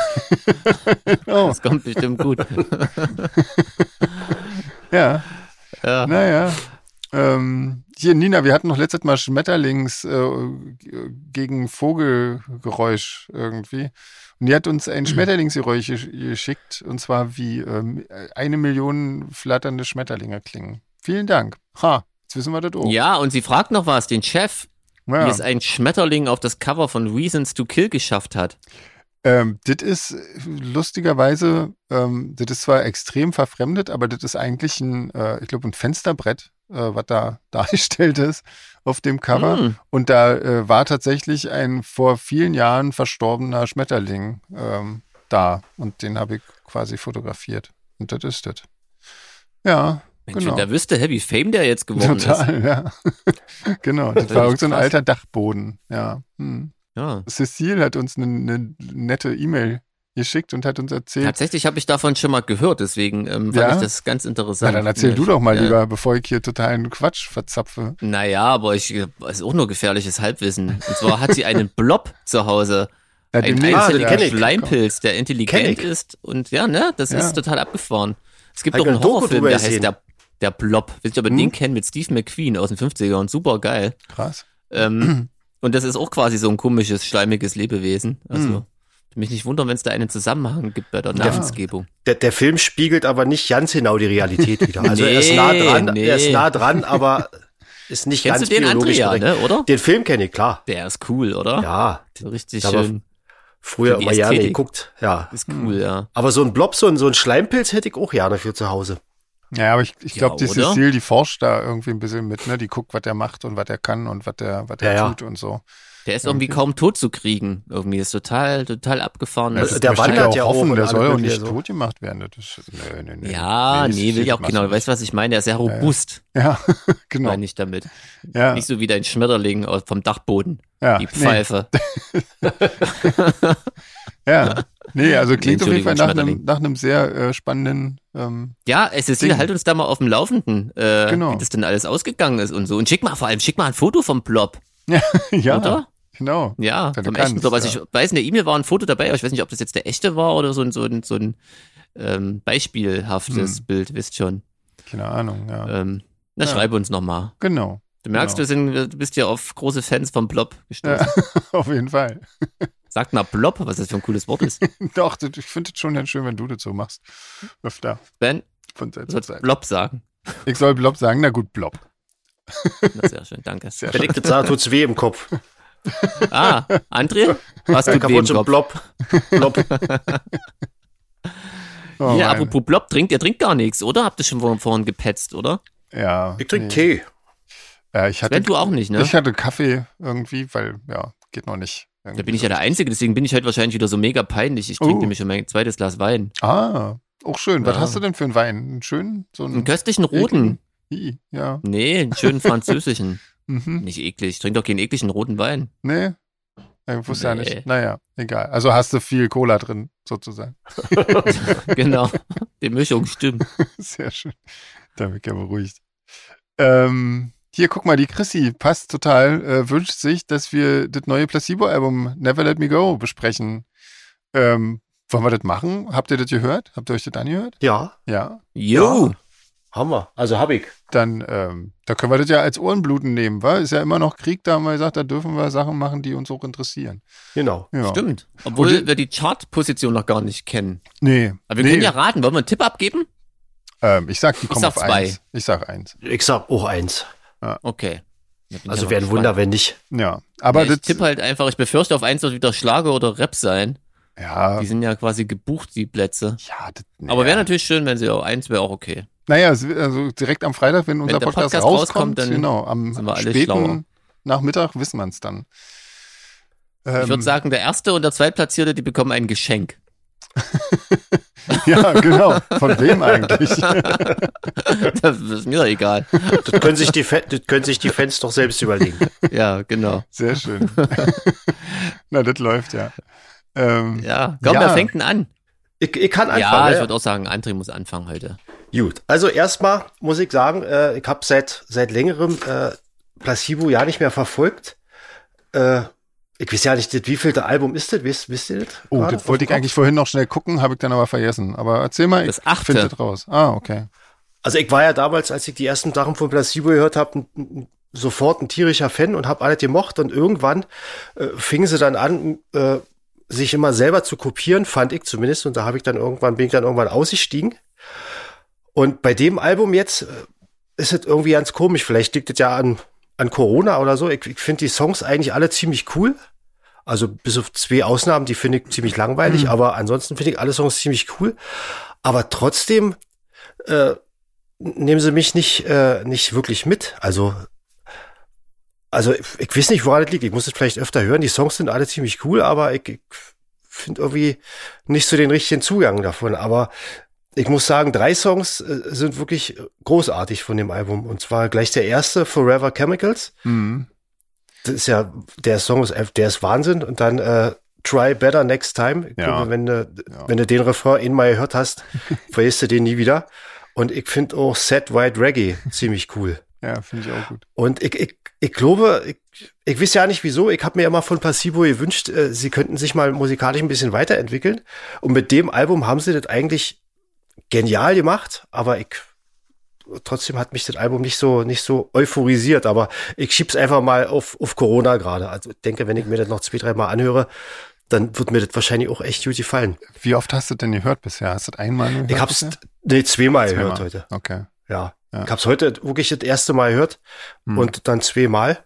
Speaker 2: genau.
Speaker 1: Das kommt bestimmt gut.
Speaker 2: ja.
Speaker 1: ja.
Speaker 2: Naja. Ähm, hier, Nina, wir hatten noch letztes Mal Schmetterlings äh, gegen Vogelgeräusch irgendwie. Und die hat uns ein Schmetterlingsgeräusch gesch- geschickt, und zwar wie ähm, eine Million flatternde Schmetterlinge klingen. Vielen Dank. Ha, jetzt wissen wir das auch.
Speaker 1: ja, und sie fragt noch was, den Chef,
Speaker 2: Ja.
Speaker 1: wie es ein Schmetterling auf das Cover von Reasons to Kill geschafft hat.
Speaker 2: Ähm, das ist äh, lustigerweise, ähm, das ist zwar extrem verfremdet, aber das ist eigentlich ein, äh, ich glaube, ein Fensterbrett, äh, was da dargestellt ist auf dem Cover.
Speaker 1: Hm.
Speaker 2: Und da äh, war tatsächlich ein vor vielen Jahren verstorbener Schmetterling ähm, da. Und den habe ich quasi fotografiert. Und das ist das. Ja,
Speaker 1: Mensch,
Speaker 2: genau.
Speaker 1: wenn der wüsste, hä, wie fame der jetzt geworden ist.
Speaker 2: Total, ja. genau, das
Speaker 1: Das
Speaker 2: war
Speaker 1: ist
Speaker 2: irgendein
Speaker 1: krass.
Speaker 2: alter Dachboden. Ja. Hm.
Speaker 1: Ja.
Speaker 2: Cecile hat uns eine, eine nette E-Mail geschickt und hat uns erzählt,
Speaker 1: Tatsächlich habe ich davon schon mal gehört, deswegen ähm, fand
Speaker 2: Ja?
Speaker 1: ich das ganz
Speaker 2: Na,
Speaker 1: interessant.
Speaker 2: dann erzähl du doch mal
Speaker 1: Ja.
Speaker 2: lieber, bevor ich hier totalen Quatsch verzapfe.
Speaker 1: Naja, aber ich äh, ist auch nur gefährliches Halbwissen. Und zwar hat sie einen Blob zu Hause.
Speaker 2: Ja,
Speaker 1: Ein Ah,
Speaker 2: demnächst,
Speaker 3: Ah, den kenn
Speaker 1: einzelner
Speaker 3: ich.
Speaker 1: Schleimpilz, der intelligent
Speaker 3: Kenn ich.
Speaker 1: ist und ja, ne, das
Speaker 2: Ja.
Speaker 1: ist total abgefahren. Es gibt
Speaker 3: Hab
Speaker 1: doch
Speaker 3: ich
Speaker 1: einen
Speaker 3: eine Doku
Speaker 1: Horrorfilm,
Speaker 3: drüber
Speaker 1: der
Speaker 3: gesehen.
Speaker 1: heißt der, der Blob. Wisst ihr, ob ihr
Speaker 2: Hm?
Speaker 1: den kennt mit Steve McQueen aus den 50ern? Super geil.
Speaker 2: Krass.
Speaker 1: Ähm, und das ist auch quasi so ein komisches, schleimiges Lebewesen. Also,
Speaker 2: Hm.
Speaker 1: mich nicht wundern, wenn es da einen Zusammenhang gibt bei der
Speaker 2: Ja.
Speaker 1: Namensgebung.
Speaker 3: Der, der Film spiegelt aber nicht ganz genau die Realität wieder. Also er ist
Speaker 1: Nee,
Speaker 3: nah dran,
Speaker 1: nee.
Speaker 3: er ist nah dran, aber ist nicht
Speaker 1: Kennst
Speaker 3: ganz
Speaker 1: du den
Speaker 3: biologisch
Speaker 1: Andrea,
Speaker 3: korrekt.
Speaker 1: ne, oder?
Speaker 3: Den Film kenne ich, klar.
Speaker 1: Der ist cool, oder?
Speaker 3: Ja,
Speaker 1: So Richtig
Speaker 3: Aber-
Speaker 1: schön.
Speaker 3: früher
Speaker 1: Die
Speaker 3: immer gerne
Speaker 1: Ästhetik.
Speaker 3: geguckt. Ja.
Speaker 1: Ist cool, ja.
Speaker 3: Aber so ein Blob, so ein, so ein Schleimpilz hätte ich auch gerne für zu Hause.
Speaker 2: Ja, aber ich, ich
Speaker 1: Ja,
Speaker 2: glaube, die
Speaker 1: oder?
Speaker 2: Cecile, die forscht da irgendwie ein bisschen mit, ne? Die guckt, was der macht und was er kann und was der, was der
Speaker 3: Ja, ja.
Speaker 2: tut und so.
Speaker 1: Der ist irgendwie
Speaker 2: Okay.
Speaker 1: kaum tot zu kriegen. Irgendwie ist total, total abgefahren.
Speaker 3: Ja,
Speaker 1: Also,
Speaker 3: der
Speaker 2: möchte ich
Speaker 3: wandert ja auch
Speaker 2: hoffen,
Speaker 3: und
Speaker 2: der
Speaker 3: alles
Speaker 2: soll auch
Speaker 3: Mögliche also.
Speaker 2: nicht
Speaker 3: so.
Speaker 2: tot gemacht werden. Das ist, nö, nö, nö.
Speaker 1: ja, nee, will
Speaker 2: Cecile
Speaker 1: ich auch
Speaker 2: macht
Speaker 1: genau.
Speaker 2: das
Speaker 1: Weißt du, was ich meine? Der ist sehr robust,
Speaker 2: nicht. Ja, genau.
Speaker 1: meine ich damit.
Speaker 2: ja,
Speaker 1: Nicht so wie dein Schmetterling aus- vom Dachboden,
Speaker 2: ja,
Speaker 1: die
Speaker 2: nee,
Speaker 1: Pfeife.
Speaker 2: ja. Nee, also klingt auf jeden Fall
Speaker 1: Entschuldigung,
Speaker 2: nach einem,
Speaker 1: Schmetterling.
Speaker 2: nach einem sehr äh, spannenden, ähm,
Speaker 1: Ja, es ist hier,
Speaker 2: Ding.
Speaker 1: halt uns da mal auf dem Laufenden, äh,
Speaker 2: Genau.
Speaker 1: wie das denn alles ausgegangen ist und so. Und schick mal, vor allem, schick mal ein Foto vom Blob,
Speaker 2: ja,
Speaker 1: oder?
Speaker 2: genau.
Speaker 1: Ja,
Speaker 2: Wenn du
Speaker 1: vom echten
Speaker 2: kannst,
Speaker 1: Blob. Also
Speaker 2: ja.
Speaker 1: ich weiß, in der E-Mail war ein Foto dabei, aber ich weiß nicht, ob das jetzt der echte war oder so ein, so ein, so ein ähm, beispielhaftes
Speaker 2: Hm.
Speaker 1: Bild, wisst schon.
Speaker 2: Keine Ahnung, ja.
Speaker 1: Ähm, na,
Speaker 2: Ja.
Speaker 1: schreibe uns nochmal.
Speaker 2: Genau,
Speaker 1: Du merkst,
Speaker 2: Genau.
Speaker 1: wir sind, du bist ja auf große Fans vom Blob gestoßen.
Speaker 2: auf jeden Fall.
Speaker 1: Sagt mal Blob, was das für ein cooles Wort ist.
Speaker 2: Doch, das, ich finde es schon ganz schön, wenn du das so machst. Öfter.
Speaker 1: Ben,
Speaker 2: Von Zeit
Speaker 1: du
Speaker 2: zu
Speaker 1: sollst
Speaker 2: Zeit.
Speaker 1: Blob sagen.
Speaker 2: Ich soll Blob sagen, na gut, Blob.
Speaker 1: Na, sehr schön, danke.
Speaker 2: Sehr
Speaker 3: Wenn ich das sage, tut's weh im Kopf.
Speaker 1: Ah, André, was
Speaker 3: Der
Speaker 1: tut wem
Speaker 3: kaputte
Speaker 1: Blob?
Speaker 3: Blob. Blob.
Speaker 2: Oh,
Speaker 1: Hier,
Speaker 2: Mann.
Speaker 1: apropos Blob, trinkt, ihr trinkt gar nichts, oder? Habt ihr schon vorhin, vorhin gepetzt, oder?
Speaker 2: Ja.
Speaker 3: Ich trinke
Speaker 2: nee.
Speaker 3: Tee.
Speaker 2: Ja, ich hatte,
Speaker 1: Sven, du auch nicht, ne?
Speaker 2: Ich hatte Kaffee irgendwie, weil, ja, geht noch nicht.
Speaker 1: Da bin ich ja der Einzige, deswegen bin ich heute wahrscheinlich wieder so mega peinlich. Ich trinke
Speaker 2: Oh.
Speaker 1: nämlich schon mein zweites Glas Wein.
Speaker 2: Ah, auch schön. Was
Speaker 1: Ja.
Speaker 2: hast du denn für einen Wein? Einen schönen? So
Speaker 1: Einen
Speaker 2: einen
Speaker 1: köstlichen roten.
Speaker 2: I, ja.
Speaker 1: Nee, einen schönen französischen.
Speaker 2: Mhm.
Speaker 1: Nicht eklig. Ich trinke doch keinen ekligen roten Wein.
Speaker 2: Nee. Ich wusste
Speaker 1: Nee.
Speaker 2: ja nicht. Naja, egal. Also hast du viel Cola drin, sozusagen.
Speaker 1: Genau. Die Mischung stimmt.
Speaker 2: Sehr schön. Da bin ich ja beruhigt. Ähm, hier, guck mal, die Chrissy passt total, äh, wünscht sich, dass wir das neue Placebo-Album Never Let Me Go besprechen. Ähm, wollen wir das machen? Habt ihr das gehört? Habt ihr euch das angehört?
Speaker 3: Ja.
Speaker 2: Ja.
Speaker 1: Jo.
Speaker 3: Haben wir. Also habe ich.
Speaker 2: Dann, ähm, da können wir das ja als Ohrenbluten nehmen, weil ist ja immer noch Krieg, da haben wir gesagt, da dürfen wir Sachen machen, die uns auch interessieren.
Speaker 3: Genau.
Speaker 2: Ja.
Speaker 1: Stimmt. Obwohl
Speaker 2: Und die-
Speaker 1: wir die Chartposition noch gar nicht kennen.
Speaker 2: Nee.
Speaker 1: Aber wir
Speaker 2: nee.
Speaker 1: können ja raten. Wollen wir einen Tipp abgeben?
Speaker 2: ähm, ich sag, die kommen
Speaker 1: sag
Speaker 2: auf
Speaker 1: zwei.
Speaker 2: eins. Ich sag eins.
Speaker 3: Ich sag auch eins.
Speaker 1: Okay. Da bin ich
Speaker 3: Also
Speaker 1: ja
Speaker 3: wäre ein
Speaker 1: noch gespannt.
Speaker 3: Wunder, wenn nicht.
Speaker 2: Ja. Aber
Speaker 1: ja, ich
Speaker 2: das,
Speaker 1: tippe halt einfach, ich befürchte, auf eins wird wieder Schlager oder Rap sein.
Speaker 2: ja,
Speaker 1: Die sind ja quasi gebucht, die Plätze.
Speaker 2: ja, das,
Speaker 1: Aber
Speaker 2: ja.
Speaker 1: wäre natürlich schön, wenn sie auch eins wäre auch okay.
Speaker 2: Naja, es wird- also direkt am Freitag, wenn unser
Speaker 1: der
Speaker 2: Podcast,
Speaker 1: Podcast
Speaker 2: rauskommt,
Speaker 1: rauskommt, dann
Speaker 2: genau, am
Speaker 1: sind wir alle
Speaker 2: späten
Speaker 1: schlauer.
Speaker 2: Nachmittag wissen wir es dann. Ähm,
Speaker 1: Ich würde sagen, der erste und der zweitplatzierte, die bekommen ein Geschenk.
Speaker 2: Ja, genau. Von wem eigentlich?
Speaker 1: das ist mir doch egal.
Speaker 3: Das können sich die, Fa- das können sich die Fans doch selbst überlegen.
Speaker 1: Ja, genau.
Speaker 2: Sehr schön. Na, das läuft ja. Ähm,
Speaker 1: Ja, komm,
Speaker 2: Ja.
Speaker 1: wer fängt denn an?
Speaker 3: Ich, ich kann anfangen. ne?
Speaker 1: ja, ich
Speaker 3: ja.
Speaker 1: würde auch sagen, André muss anfangen heute.
Speaker 3: Gut, also erstmal muss ich sagen, äh, ich habe seit seit längerem äh, Placebo ja nicht mehr verfolgt. Äh, ich weiß ja nicht, das wievielte Album ist das? Wisst, wisst ihr das?
Speaker 2: oh,
Speaker 3: gerade?
Speaker 2: das wollte ich eigentlich vorhin noch schnell gucken, habe ich dann aber vergessen. Aber erzähl mal, ich
Speaker 1: Das achte.
Speaker 2: finde das raus. Ah, okay.
Speaker 3: Also ich war ja damals, als ich die ersten Sachen von Placebo gehört habe, n- n- sofort ein tierischer Fan und habe alles gemocht und irgendwann äh, fingen sie dann an, äh, sich immer selber zu kopieren, fand ich zumindest und da habe ich dann irgendwann bin ich dann irgendwann ausgestiegen. Und bei dem Album jetzt äh, ist es irgendwie ganz komisch. Vielleicht liegt es ja an an Corona oder so. Ich, ich finde die Songs eigentlich alle ziemlich cool. Also bis auf zwei Ausnahmen, die finde ich ziemlich langweilig, aber ansonsten finde ich alle Songs ziemlich cool. Aber trotzdem äh, nehmen sie mich nicht, äh, nicht wirklich mit. Also, also ich, ich weiß nicht, woran das liegt. Ich muss es vielleicht öfter hören. Die Songs sind alle ziemlich cool, aber ich, ich finde irgendwie nicht so den richtigen Zugang davon. Aber ich muss sagen, drei Songs äh, sind wirklich großartig von dem Album. Und zwar gleich der erste, Forever Chemicals.
Speaker 2: Mhm.
Speaker 3: Das ist ja, der Song ist, einfach- der ist Wahnsinn. Und dann äh, Try Better Next Time. Ich
Speaker 2: Ja.
Speaker 3: glaube, wenn, du,
Speaker 2: Ja.
Speaker 3: wenn du den Refrain einmal gehört hast, vergisst du den nie wieder. Und ich finde auch Sad White Reggae ziemlich cool.
Speaker 2: Ja, finde ich auch gut.
Speaker 3: Und ich, ich, ich glaube, ich, ich weiß ja nicht wieso, ich habe mir immer von Placebo gewünscht, äh, sie könnten sich mal musikalisch ein bisschen weiterentwickeln. Und mit dem Album haben sie das eigentlich genial gemacht, aber ich trotzdem hat mich das Album nicht so nicht so euphorisiert, aber ich schieb's einfach mal auf, auf Corona gerade. Also ich denke, wenn ich mir das noch zwei, drei Mal anhöre, dann wird mir das wahrscheinlich auch echt gut gefallen.
Speaker 2: Wie oft hast du denn gehört bisher? Hast du das einmal gehört?
Speaker 3: Ich hab's
Speaker 2: bisher?
Speaker 3: nee, zweimal
Speaker 2: Zweimal.
Speaker 3: gehört heute.
Speaker 2: Okay.
Speaker 3: Ja.
Speaker 2: Ja.
Speaker 3: Ich hab's heute wirklich das erste Mal gehört
Speaker 2: Hm.
Speaker 3: und dann zweimal.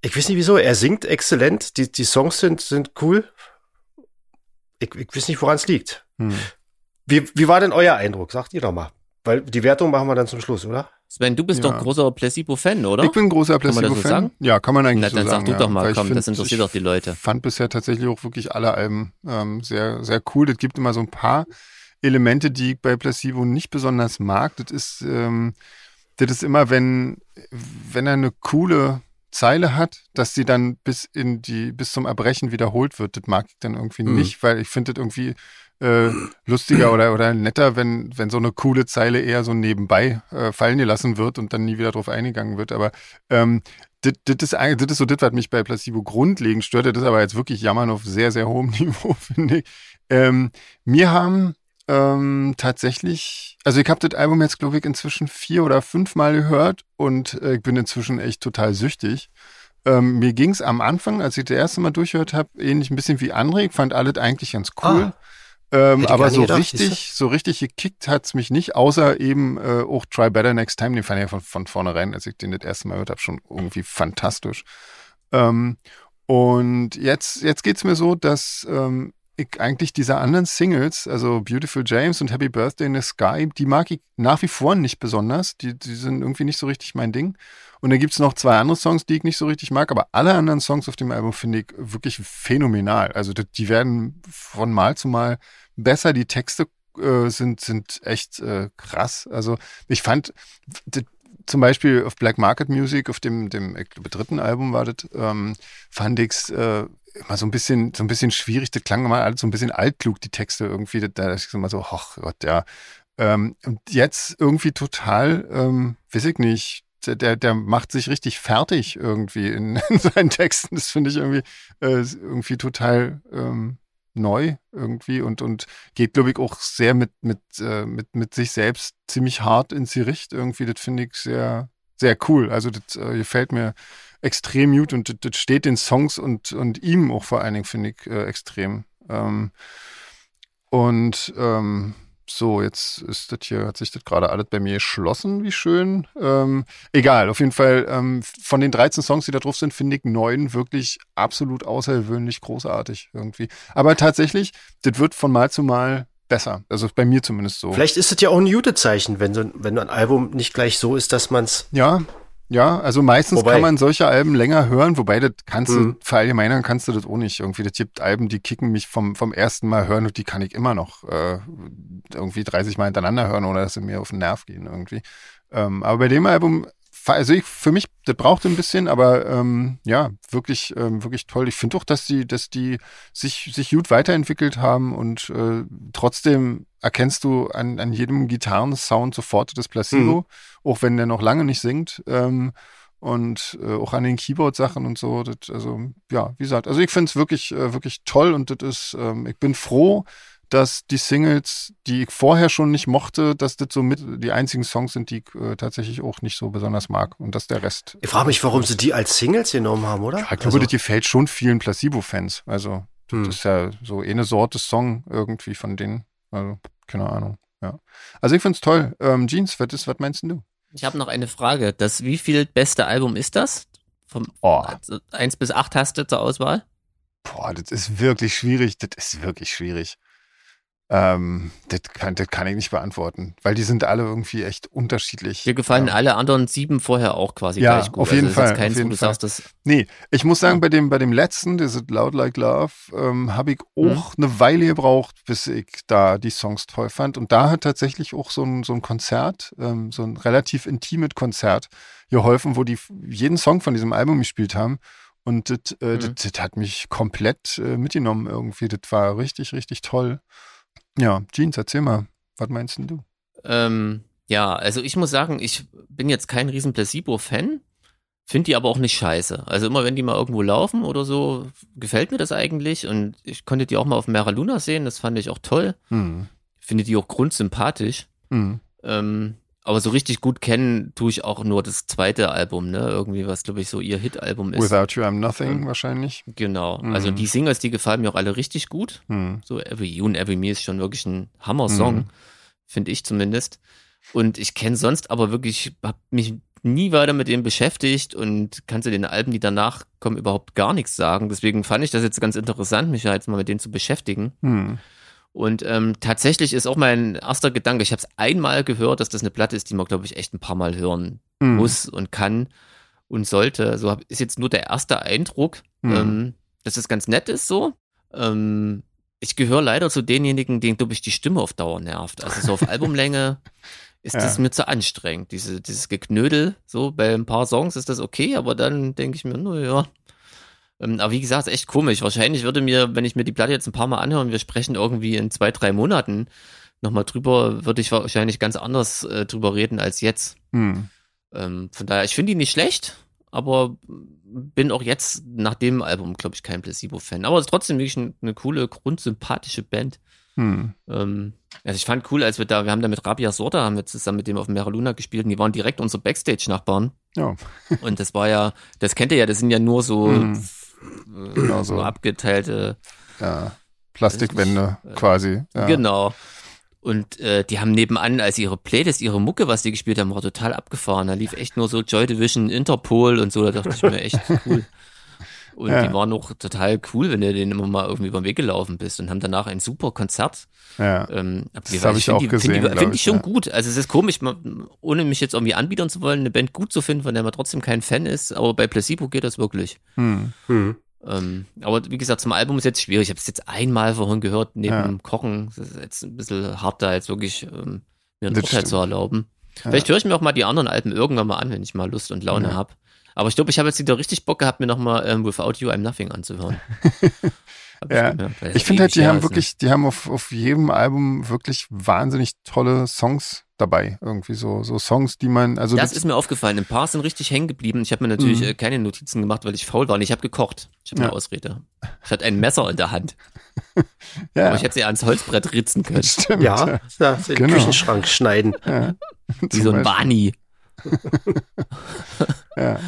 Speaker 3: Ich weiß nicht wieso, er singt exzellent, die, die Songs sind, sind cool. Ich, ich weiß nicht, woran es liegt.
Speaker 2: Hm.
Speaker 3: Wie, wie war denn euer Eindruck? Sagt ihr doch mal. Weil die Wertung machen wir dann zum Schluss, oder?
Speaker 1: Sven, du bist
Speaker 2: Ja.
Speaker 1: doch großer Placebo-Fan, oder?
Speaker 2: Ich bin großer
Speaker 1: Kann man das so
Speaker 2: Placebo-Fan.
Speaker 1: sagen?
Speaker 2: Ja, kann man eigentlich
Speaker 1: Na,
Speaker 2: so
Speaker 1: dann
Speaker 2: sagen.
Speaker 1: sag du
Speaker 2: ja.
Speaker 1: doch mal,
Speaker 2: Weil ich
Speaker 1: komm,
Speaker 2: find-
Speaker 1: das interessiert
Speaker 2: ich
Speaker 1: doch die Leute.
Speaker 2: fand bisher tatsächlich auch wirklich alle Alben ähm, sehr, sehr cool. Es gibt immer so ein paar Elemente, die ich bei Placebo nicht besonders mag. Das ist, ähm, das ist immer, wenn, wenn er eine coole Zeile hat, dass sie dann bis in die, bis zum Erbrechen wiederholt wird. Das mag ich dann irgendwie
Speaker 1: Mhm.
Speaker 2: nicht, weil ich finde das irgendwie äh, lustiger oder, oder netter, wenn, wenn so eine coole Zeile eher so nebenbei äh, fallen gelassen wird und dann nie wieder drauf eingegangen wird. Aber ähm, das das ist, eigentlich- das ist so das, was mich bei Placebo grundlegend stört. Das ist aber jetzt wirklich Jammern auf sehr, sehr hohem Niveau, finde ich. Ähm, mir haben ähm, tatsächlich, also ich habe das Album jetzt, glaube ich, inzwischen vier oder fünfmal gehört und äh, ich bin inzwischen echt total süchtig. Ähm, mir ging es am Anfang, als ich das erste Mal durchgehört habe, ähnlich ein bisschen wie André. Ich fand alles eigentlich ganz cool.
Speaker 3: Ah.
Speaker 2: Ähm,
Speaker 3: Hätte ich
Speaker 2: aber
Speaker 3: gar nicht
Speaker 2: so
Speaker 3: gedacht,
Speaker 2: richtig, so richtig gekickt hat's mich nicht, außer eben äh, auch Try Better Next Time, den fand ich ja von, von vornherein, als ich den das erste Mal gehört habe, schon irgendwie fantastisch. Ähm, und jetzt, jetzt geht's mir so, dass ähm, ich eigentlich diese anderen Singles, also Beautiful James und Happy Birthday in the Sky, die mag ich nach wie vor nicht besonders. Die, die sind irgendwie nicht so richtig mein Ding. Und dann gibt's noch zwei andere Songs, die ich nicht so richtig mag, aber alle anderen Songs auf dem Album finde ich wirklich phänomenal. Also die- die werden von Mal zu Mal besser. Die Texte äh, sind, sind echt äh, krass. Also ich fand d- zum Beispiel auf Black Market Music, auf dem, dem ich glaube, dritten Album war das, ähm, fand ich's äh, immer so ein bisschen, so ein bisschen schwierig. Das klang immer alles so ein bisschen altklug, die Texte irgendwie. Da dachte ich immer so, ach Gott, ja. Ähm, und jetzt irgendwie total, ähm, weiß ich nicht, der- der, der macht sich richtig fertig irgendwie in, in seinen Texten. Das finde ich irgendwie, äh, irgendwie total ähm, neu irgendwie und, und geht, glaube ich, auch sehr mit, mit, äh, mit, mit sich selbst ziemlich hart ins Gericht irgendwie. Das finde ich sehr, sehr cool. Also das äh, gefällt mir extrem gut und das, das steht den Songs und, und ihm auch vor allen Dingen, finde ich, äh, extrem. Ähm, und ähm, so, jetzt ist das hier, hat sich das gerade alles bei mir geschlossen, wie schön. Ähm, egal, auf jeden Fall, ähm, von den 13 Songs, die da drauf sind, finde ich neun wirklich absolut außergewöhnlich großartig irgendwie. Aber tatsächlich, das wird von Mal zu Mal besser. Also bei mir zumindest so.
Speaker 3: Vielleicht ist es ja auch ein Jutezeichen, wenn so ein, wenn ein Album nicht gleich so ist, dass man es.
Speaker 2: Ja, ja, also meistens
Speaker 3: Wobei-
Speaker 2: kann man solche Alben länger hören, wobei das kannst
Speaker 3: Mhm.
Speaker 2: du, verallgemeinern kannst du das auch nicht. Irgendwie, das gibt Alben, die kicken mich vom, vom ersten Mal hören und die kann ich immer noch äh, irgendwie 30 Mal hintereinander hören, ohne dass sie mir auf den Nerv gehen irgendwie. Ähm, aber bei dem Album, fa- also ich, für mich, das braucht ein bisschen, aber ähm, ja, wirklich, ähm, wirklich toll. Ich finde auch, dass die, dass die sich, sich gut weiterentwickelt haben und äh, trotzdem erkennst du an, an jedem Gitarrensound sofort das Placebo, auch wenn der noch lange nicht singt. Ähm, und äh, auch an den Keyboard-Sachen und so. Das, also, ja, wie gesagt, also ich finde es wirklich, äh, wirklich toll und das ist, ähm, ich bin froh, dass die Singles, die ich vorher schon nicht mochte, dass das so mit die einzigen Songs sind, die ich äh, tatsächlich auch nicht so besonders mag und dass der Rest.
Speaker 3: Ich frage mich, warum sie die als Singles genommen haben, oder?
Speaker 2: Ja, also ich glaube, das gefällt schon vielen Placebo-Fans. Also, das ist ja so eh eine Sorte Song irgendwie von denen. Also, keine Ahnung. Ja. Also, ich finde es toll. Ähm, Jeans, was, ist, was meinst denn du?
Speaker 1: Ich habe noch eine Frage. Das wie viel beste Album ist das? Vom
Speaker 2: Oh,
Speaker 1: also 1 bis 8 hast du zur Auswahl?
Speaker 2: Boah, das ist wirklich schwierig. Das ist wirklich schwierig. Ähm, das, kann, das kann ich nicht beantworten, weil die sind alle irgendwie echt unterschiedlich.
Speaker 1: Dir gefallen
Speaker 2: ja.
Speaker 1: alle anderen sieben vorher auch quasi
Speaker 2: Ja,
Speaker 1: gleich gut.
Speaker 2: auf jeden
Speaker 1: also das
Speaker 2: Fall,
Speaker 1: Ist keins,
Speaker 2: auf jeden
Speaker 1: wo du
Speaker 2: Fall.
Speaker 1: sagst, das
Speaker 2: Nee, ich muss sagen, bei dem, bei dem letzten, das ist Loud Like Love, ähm, habe ich auch
Speaker 1: Mhm.
Speaker 2: eine Weile gebraucht, bis ich da die Songs toll fand. Und da hat tatsächlich auch so ein, so ein Konzert, ähm, so ein relativ intimes Konzert geholfen, wo die f- jeden Song von diesem Album gespielt haben. Und das, äh,
Speaker 1: Mhm.
Speaker 2: das, das hat mich komplett äh, mitgenommen irgendwie. Das war richtig, richtig toll. Ja, Jeans, erzähl mal. Was meinst denn du?
Speaker 1: Ähm, ja, also ich muss sagen, ich bin jetzt kein riesen Placebo-Fan, finde die aber auch nicht scheiße. Also immer wenn die mal irgendwo laufen oder so, gefällt mir das eigentlich. Und ich konnte die auch mal auf Mera Luna sehen, das fand ich auch toll.
Speaker 2: Hm.
Speaker 1: Finde die auch grundsympathisch.
Speaker 2: Hm.
Speaker 1: Ähm, aber so richtig gut kennen tue ich auch nur das zweite Album, ne? Irgendwie, was glaube ich so ihr Hit-Album ist.
Speaker 2: Without You I'm Nothing
Speaker 1: Ähm,
Speaker 2: wahrscheinlich.
Speaker 1: genau. Also
Speaker 2: Mhm.
Speaker 1: die Singles, die gefallen mir auch alle richtig gut.
Speaker 2: Hm.
Speaker 1: So Every You and Every Me ist schon wirklich ein Hammer-Song,
Speaker 2: Mhm.
Speaker 1: finde ich zumindest. Und ich kenne sonst aber wirklich, habe mich nie weiter mit dem beschäftigt und kann zu den Alben, die danach kommen, überhaupt gar nichts sagen. Deswegen fand ich das jetzt ganz interessant, mich ja jetzt mal mit denen zu beschäftigen.
Speaker 2: Hm.
Speaker 1: Und ähm, tatsächlich ist auch mein erster Gedanke, ich habe es einmal gehört, dass das eine Platte ist, die man, glaube ich, echt ein paar Mal hören
Speaker 2: Hm.
Speaker 1: muss und kann und sollte. So hab, ist jetzt nur der erste Eindruck,
Speaker 2: Mhm.
Speaker 1: ähm, dass das ganz nett ist so. Ähm, ich gehöre leider zu denjenigen, denen, glaube ich, die Stimme auf Dauer nervt. Also so auf Albumlänge ist
Speaker 2: Ja.
Speaker 1: das mir zu anstrengend, diese, dieses Geknödel. So bei ein paar Songs ist das okay, aber dann denke ich mir, naja. Ähm, aber wie gesagt, ist echt komisch. Wahrscheinlich würde mir, wenn ich mir die Platte jetzt ein paar Mal anhöre, wir sprechen irgendwie in zwei, drei Monaten nochmal drüber, würde ich wahrscheinlich ganz anders äh, drüber reden als jetzt.
Speaker 2: Hm.
Speaker 1: Ähm, von daher, ich finde ihn nicht schlecht, aber bin auch jetzt nach dem Album, glaube ich, kein Placebo-Fan. Aber es ist trotzdem wirklich ein, eine coole, grundsympathische Band.
Speaker 2: Hm.
Speaker 1: Ähm, also ich fand cool, als wir da, wir haben da mit Rabia Sorda, haben wir zusammen mit dem auf Mera Luna gespielt und die waren direkt unsere Backstage-Nachbarn.
Speaker 2: Ja.
Speaker 1: Und das war ja, das kennt ihr ja, das sind ja nur so,
Speaker 2: Mhm.
Speaker 1: äh,
Speaker 2: Genau
Speaker 1: so
Speaker 2: so.
Speaker 1: abgeteilte
Speaker 2: ja, Plastikwände
Speaker 1: Weiß nicht, äh,
Speaker 2: quasi. Ja.
Speaker 1: Genau. Und äh, die haben nebenan, als ihre Playlist, ihre Mucke, was die gespielt haben, war total abgefahren. Da lief echt nur so Joy Division, Interpol und so. Da dachte ich mir echt cool. Und
Speaker 2: Ja.
Speaker 1: die waren auch total cool, wenn du denen immer mal irgendwie über den Weg gelaufen bist und haben danach ein super Konzert.
Speaker 2: Ja.
Speaker 1: Ähm, abgeliefert.
Speaker 2: habe ich
Speaker 1: find
Speaker 2: auch
Speaker 1: die,
Speaker 2: gesehen,
Speaker 1: Finde die,
Speaker 2: glaub
Speaker 1: find die
Speaker 2: ich,
Speaker 1: schon
Speaker 2: ja.
Speaker 1: gut. Also es ist komisch, man, ohne mich jetzt irgendwie anbieten zu wollen, eine Band gut zu finden, von der man trotzdem kein Fan ist. Aber bei Placebo geht das wirklich.
Speaker 2: Hm.
Speaker 3: Hm.
Speaker 1: Ähm, aber wie gesagt, zum Album ist jetzt schwierig. Ich habe es jetzt einmal vorhin gehört, neben
Speaker 2: Ja.
Speaker 1: dem Kochen. Das ist jetzt ein bisschen hart, da jetzt wirklich ähm, mir ein
Speaker 2: Das
Speaker 1: Urteil
Speaker 2: stimmt.
Speaker 1: zu erlauben.
Speaker 2: Ja.
Speaker 1: Vielleicht höre ich mir auch mal die anderen Alben irgendwann mal an, wenn ich mal Lust und Laune
Speaker 2: Ja.
Speaker 1: habe. Aber ich glaube, ich habe jetzt wieder richtig Bock gehabt, mir nochmal ähm, Without You I'm Nothing anzuhören. Hab
Speaker 2: Ja.
Speaker 1: gemerkt, weil das
Speaker 2: Ich finde
Speaker 1: ewig
Speaker 2: halt, die
Speaker 1: her ne?
Speaker 2: haben
Speaker 1: ist, ne?
Speaker 2: wirklich, die haben auf, auf jedem Album wirklich wahnsinnig tolle Songs dabei. Irgendwie so, so Songs, die man, also
Speaker 1: das ist mir aufgefallen. Ein paar sind richtig hängen geblieben. Ich habe mir natürlich äh, keine Notizen gemacht, weil ich faul war. Und ich habe gekocht. Ich habe eine
Speaker 2: Ja.
Speaker 1: Ausrede. Ich hatte ein Messer in der Hand.
Speaker 2: ja,
Speaker 1: Aber oh, ich hätte sie ans Holzbrett ritzen können.
Speaker 2: stimmt.
Speaker 3: Ja, ja den
Speaker 2: Genau.
Speaker 3: Küchenschrank schneiden.
Speaker 2: ja.
Speaker 1: Wie
Speaker 2: Zum
Speaker 1: so ein
Speaker 2: Beispiel.
Speaker 1: Bani.
Speaker 2: Ja.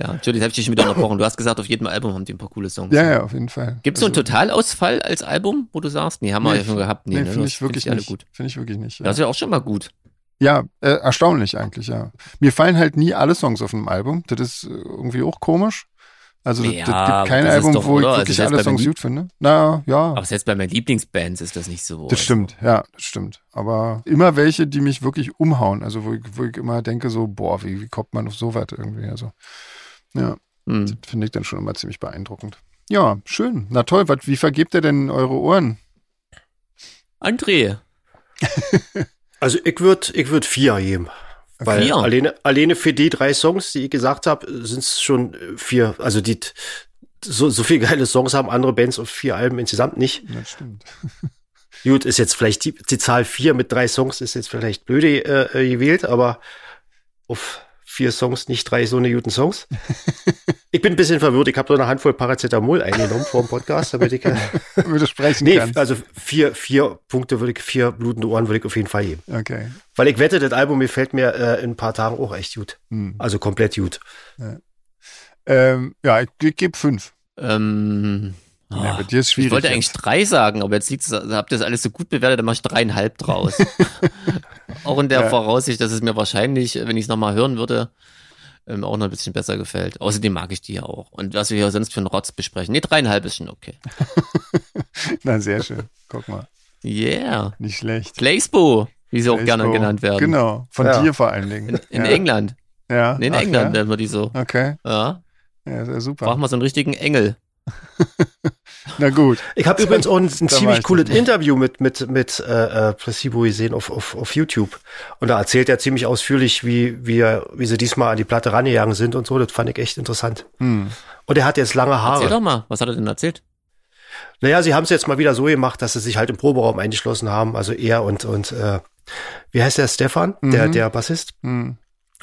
Speaker 1: Ja, Entschuldigung, jetzt habe ich dich schon wieder unterbrochen. Du hast gesagt, auf jedem Album haben die ein paar coole Songs.
Speaker 2: ja, ja, auf jeden Fall. Also,
Speaker 1: Gibt es so einen Totalausfall als Album, wo du sagst, nee, haben wir
Speaker 2: Nee,
Speaker 1: ja schon gehabt. Nee,
Speaker 2: Nee,
Speaker 1: ne?
Speaker 2: finde
Speaker 1: Das
Speaker 2: ich wirklich
Speaker 1: alle
Speaker 2: nicht.
Speaker 1: gut.
Speaker 2: Finde ich wirklich nicht. Ja,
Speaker 1: Das ist ja auch schon mal gut.
Speaker 2: ja äh, erstaunlich eigentlich, ja. Mir fallen halt nie alle Songs auf einem Album. Das ist äh, irgendwie auch komisch. Also das,
Speaker 1: Ja,
Speaker 2: das
Speaker 1: aber
Speaker 2: gibt kein
Speaker 1: das ist
Speaker 2: Album,
Speaker 1: doch,
Speaker 2: wo ich
Speaker 1: oder? Also
Speaker 2: wirklich
Speaker 1: selbst
Speaker 2: alle
Speaker 1: bei
Speaker 2: Songs
Speaker 1: Lied-
Speaker 2: gut finde. Na ja,
Speaker 1: Aber selbst bei meinen Lieblingsbands ist das nicht so.
Speaker 2: das stimmt, ja, das stimmt. Aber immer welche, die mich wirklich umhauen. Also wo ich, wo ich immer denke so, boah, wie, wie kommt man auf so weit irgendwie? Also ja,
Speaker 1: Hm.
Speaker 2: das finde ich dann schon immer ziemlich beeindruckend. Ja, schön. Na toll, wat, wie vergebt ihr denn eure Ohren?
Speaker 1: André,
Speaker 3: Also ich würde ich würd vier geben. Weil
Speaker 1: Vier?
Speaker 3: Alleine, alleine für die drei Songs, die ich gesagt habe, sind es schon äh, vier. Also die so, so viele geile Songs haben andere Bands auf vier Alben insgesamt nicht.
Speaker 2: Das stimmt.
Speaker 3: Gut, ist jetzt vielleicht die, die Zahl vier mit drei Songs ist jetzt vielleicht blöde äh, äh, gewählt, aber auf vier Songs nicht drei so eine guten Songs. ich bin ein bisschen verwirrt. Ich habe nur eine Handvoll Paracetamol eingenommen vor dem Podcast, damit ich äh,
Speaker 2: Würde sprechen
Speaker 3: nee,
Speaker 2: kannst.
Speaker 3: also vier vier Punkte würde ich vier blutende Ohren würde ich auf jeden Fall geben.
Speaker 2: Okay.
Speaker 3: Weil ich wette, das Album gefällt mir äh, in ein paar Tagen auch echt gut.
Speaker 2: Hm.
Speaker 3: Also komplett gut.
Speaker 2: Ähm, ja, ich, ich gebe fünf.
Speaker 1: ähm,
Speaker 2: Ja,
Speaker 1: ah,
Speaker 2: bei dir ist schwierig.
Speaker 1: ich wollte
Speaker 2: jetzt.
Speaker 1: eigentlich drei sagen, aber jetzt liegt's, also habt ihr das alles so gut bewertet, dann mache ich dreieinhalb draus. auch in der
Speaker 2: Ja.
Speaker 1: Voraussicht, dass es mir wahrscheinlich, wenn ich es nochmal hören würde, ähm, auch noch ein bisschen besser gefällt. Außerdem mag ich die ja auch. Und was wir hier sonst für einen Rotz besprechen. Nee, dreieinhalb ist schon okay.
Speaker 2: Na, sehr schön. Guck mal.
Speaker 1: Yeah.
Speaker 2: Nicht schlecht.
Speaker 1: Placebo, wie sie auch gerne
Speaker 2: Baseball.
Speaker 1: genannt werden.
Speaker 2: Genau. Von
Speaker 3: Ja.
Speaker 2: dir vor allen Dingen.
Speaker 1: In
Speaker 2: ja.
Speaker 1: England.
Speaker 2: Ja.
Speaker 1: Nee, in
Speaker 2: Ach,
Speaker 1: England ne?
Speaker 2: Ja. Ah.
Speaker 1: nennen wir die so.
Speaker 2: Okay.
Speaker 1: Ja.
Speaker 2: Ja, sehr super.
Speaker 1: Brauch mal so einen richtigen Engel.
Speaker 2: Na gut.
Speaker 3: Ich habe übrigens auch ein, ein
Speaker 2: da war
Speaker 3: ziemlich
Speaker 2: ich
Speaker 3: cooles
Speaker 2: nicht.
Speaker 3: Interview mit, mit, mit äh, äh, Placebo gesehen auf, auf, auf YouTube. Und da erzählt er ziemlich ausführlich, wie, wie, er, wie sie diesmal an die Platte rangegangen sind und so. Das fand ich echt interessant.
Speaker 2: Hm.
Speaker 3: Und er hat jetzt lange
Speaker 2: Ah.
Speaker 1: Erzähl
Speaker 3: Haare.
Speaker 1: doch mal, was hat er denn erzählt?
Speaker 3: Naja, sie haben es jetzt mal wieder so gemacht, dass sie sich halt im Proberaum eingeschlossen haben. Also er und, und äh, wie heißt der Stefan, der,
Speaker 2: Mhm.
Speaker 3: der Bassist?
Speaker 2: Hm.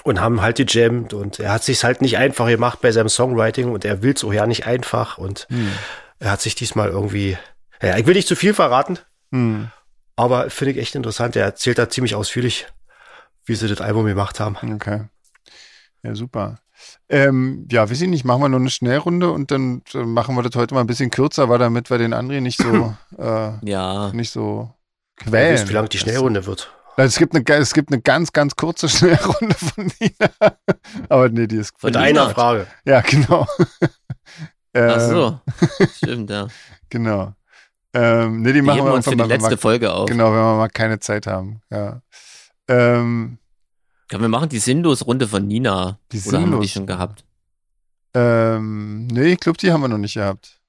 Speaker 3: und haben halt gejammt und er hat sich's halt nicht einfach gemacht bei seinem Songwriting und er will's auch ja nicht einfach und
Speaker 2: Hm.
Speaker 3: er hat sich diesmal irgendwie, ja, ich will nicht zu viel verraten,
Speaker 2: Hm.
Speaker 3: aber finde ich echt interessant. Er erzählt da ziemlich ausführlich, wie sie das Album gemacht haben.
Speaker 2: Okay. Ja, super. Ähm, ja, weiß ich nicht, machen wir noch eine Schnellrunde und dann äh, machen wir das heute mal ein bisschen kürzer, weil damit wir den André nicht so, äh,
Speaker 1: Ja.
Speaker 2: nicht so
Speaker 3: Wer
Speaker 2: quälen.
Speaker 3: weiß, wie lang die Schnellrunde wird.
Speaker 2: Das, es, gibt eine, ge- es gibt eine ganz, ganz kurze Schnellrunde von Nina. Aber nee, die ist
Speaker 1: Von
Speaker 3: Mit
Speaker 1: Nina.
Speaker 3: einer Frage.
Speaker 2: Ja, genau. äh,
Speaker 1: Ach so. Stimmt, ja.
Speaker 2: Genau. Ähm, nee, die
Speaker 1: Wir
Speaker 2: machen
Speaker 1: heben
Speaker 2: wir
Speaker 1: uns für
Speaker 2: einfach
Speaker 1: die
Speaker 2: mal, wenn
Speaker 1: letzte
Speaker 2: wir,
Speaker 1: Folge auf.
Speaker 2: genau, wenn wir mal keine Zeit haben. Ja. Ähm,
Speaker 1: Komm, wir machen die Sinnlos-Runde von Nina.
Speaker 2: Die
Speaker 1: Oder haben wir die
Speaker 2: Sinnlos-
Speaker 1: schon gehabt?
Speaker 2: ähm, nee, ich glaube, die haben wir noch nicht gehabt.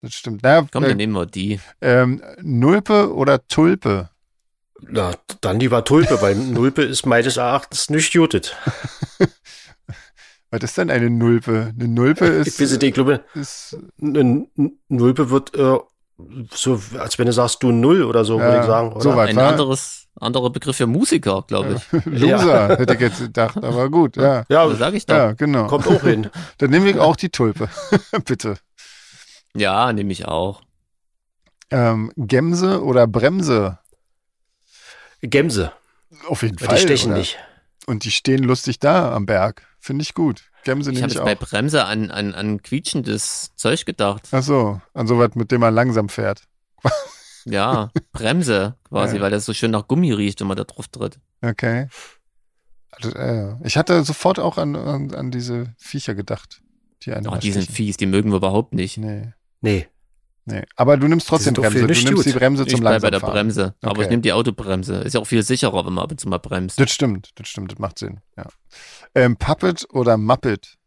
Speaker 2: Das stimmt. Naja,
Speaker 1: Komm,
Speaker 2: äh,
Speaker 1: dann nehmen wir die.
Speaker 2: ähm, Nulpe oder Tulpe?
Speaker 3: Na, dann lieber Tulpe, weil Nulpe ist meines Erachtens nicht jutet.
Speaker 2: Was ist denn eine Nulpe? Eine Nulpe
Speaker 3: Ich
Speaker 2: ist,
Speaker 3: weiß nicht, ich glaube,
Speaker 2: ist
Speaker 3: n- n- Nulpe wird äh, so, als wenn du sagst, du Null oder so, würde
Speaker 2: Ja,
Speaker 3: ich sagen. Oder?
Speaker 2: so weit. Was
Speaker 1: Ein
Speaker 2: war-
Speaker 1: anderes, anderer Begriff für Musiker, glaube ich.
Speaker 2: Loser, hätte ich jetzt gedacht, aber gut, ja.
Speaker 1: So
Speaker 3: Ja,
Speaker 1: sag ich doch. Ja,
Speaker 2: Ja, genau.
Speaker 3: kommt auch hin.
Speaker 2: Dann nehme ich auch die Tulpe. Bitte.
Speaker 1: nehme ich auch.
Speaker 2: Also Ähm, Gemse oder Bremse?
Speaker 3: Gemse,
Speaker 2: Auf jeden
Speaker 3: die
Speaker 2: Fall.
Speaker 3: stechen
Speaker 2: oder?
Speaker 3: nicht.
Speaker 2: Und die stehen lustig da am Berg. Finde ich gut. Gemse
Speaker 1: Ich
Speaker 2: nehme
Speaker 1: habe
Speaker 2: ich
Speaker 1: jetzt bei
Speaker 2: auch.
Speaker 1: Bremse an, an, an quietschendes Zeug gedacht.
Speaker 2: Ach so, an sowas, mit dem man langsam fährt.
Speaker 1: Ja, Bremse quasi,
Speaker 2: Ja.
Speaker 1: weil das so schön nach Gummi riecht, wenn man da drauf tritt.
Speaker 2: Okay. Also, äh, ich hatte sofort auch an, an, an diese Viecher gedacht. Die einen
Speaker 1: Oh,
Speaker 2: mal
Speaker 1: die sind
Speaker 2: stechen.
Speaker 1: fies, die mögen wir überhaupt nicht.
Speaker 2: Nee,
Speaker 3: Nee.
Speaker 2: nee. Aber du nimmst trotzdem
Speaker 3: sind doch für
Speaker 2: Bremse. Du
Speaker 3: nicht
Speaker 2: nimmst die
Speaker 3: gut.
Speaker 2: Bremse
Speaker 1: Ich
Speaker 2: zum
Speaker 1: bleib bei der
Speaker 2: Langsamfahren.
Speaker 1: Bremse, aber
Speaker 2: Okay.
Speaker 1: ich nehme die Autobremse. Ist ja auch viel sicherer, wenn man ab und zu mal bremst.
Speaker 2: Das stimmt, das stimmt, das macht Sinn. Ja. Ähm, Puppet oder Muppet?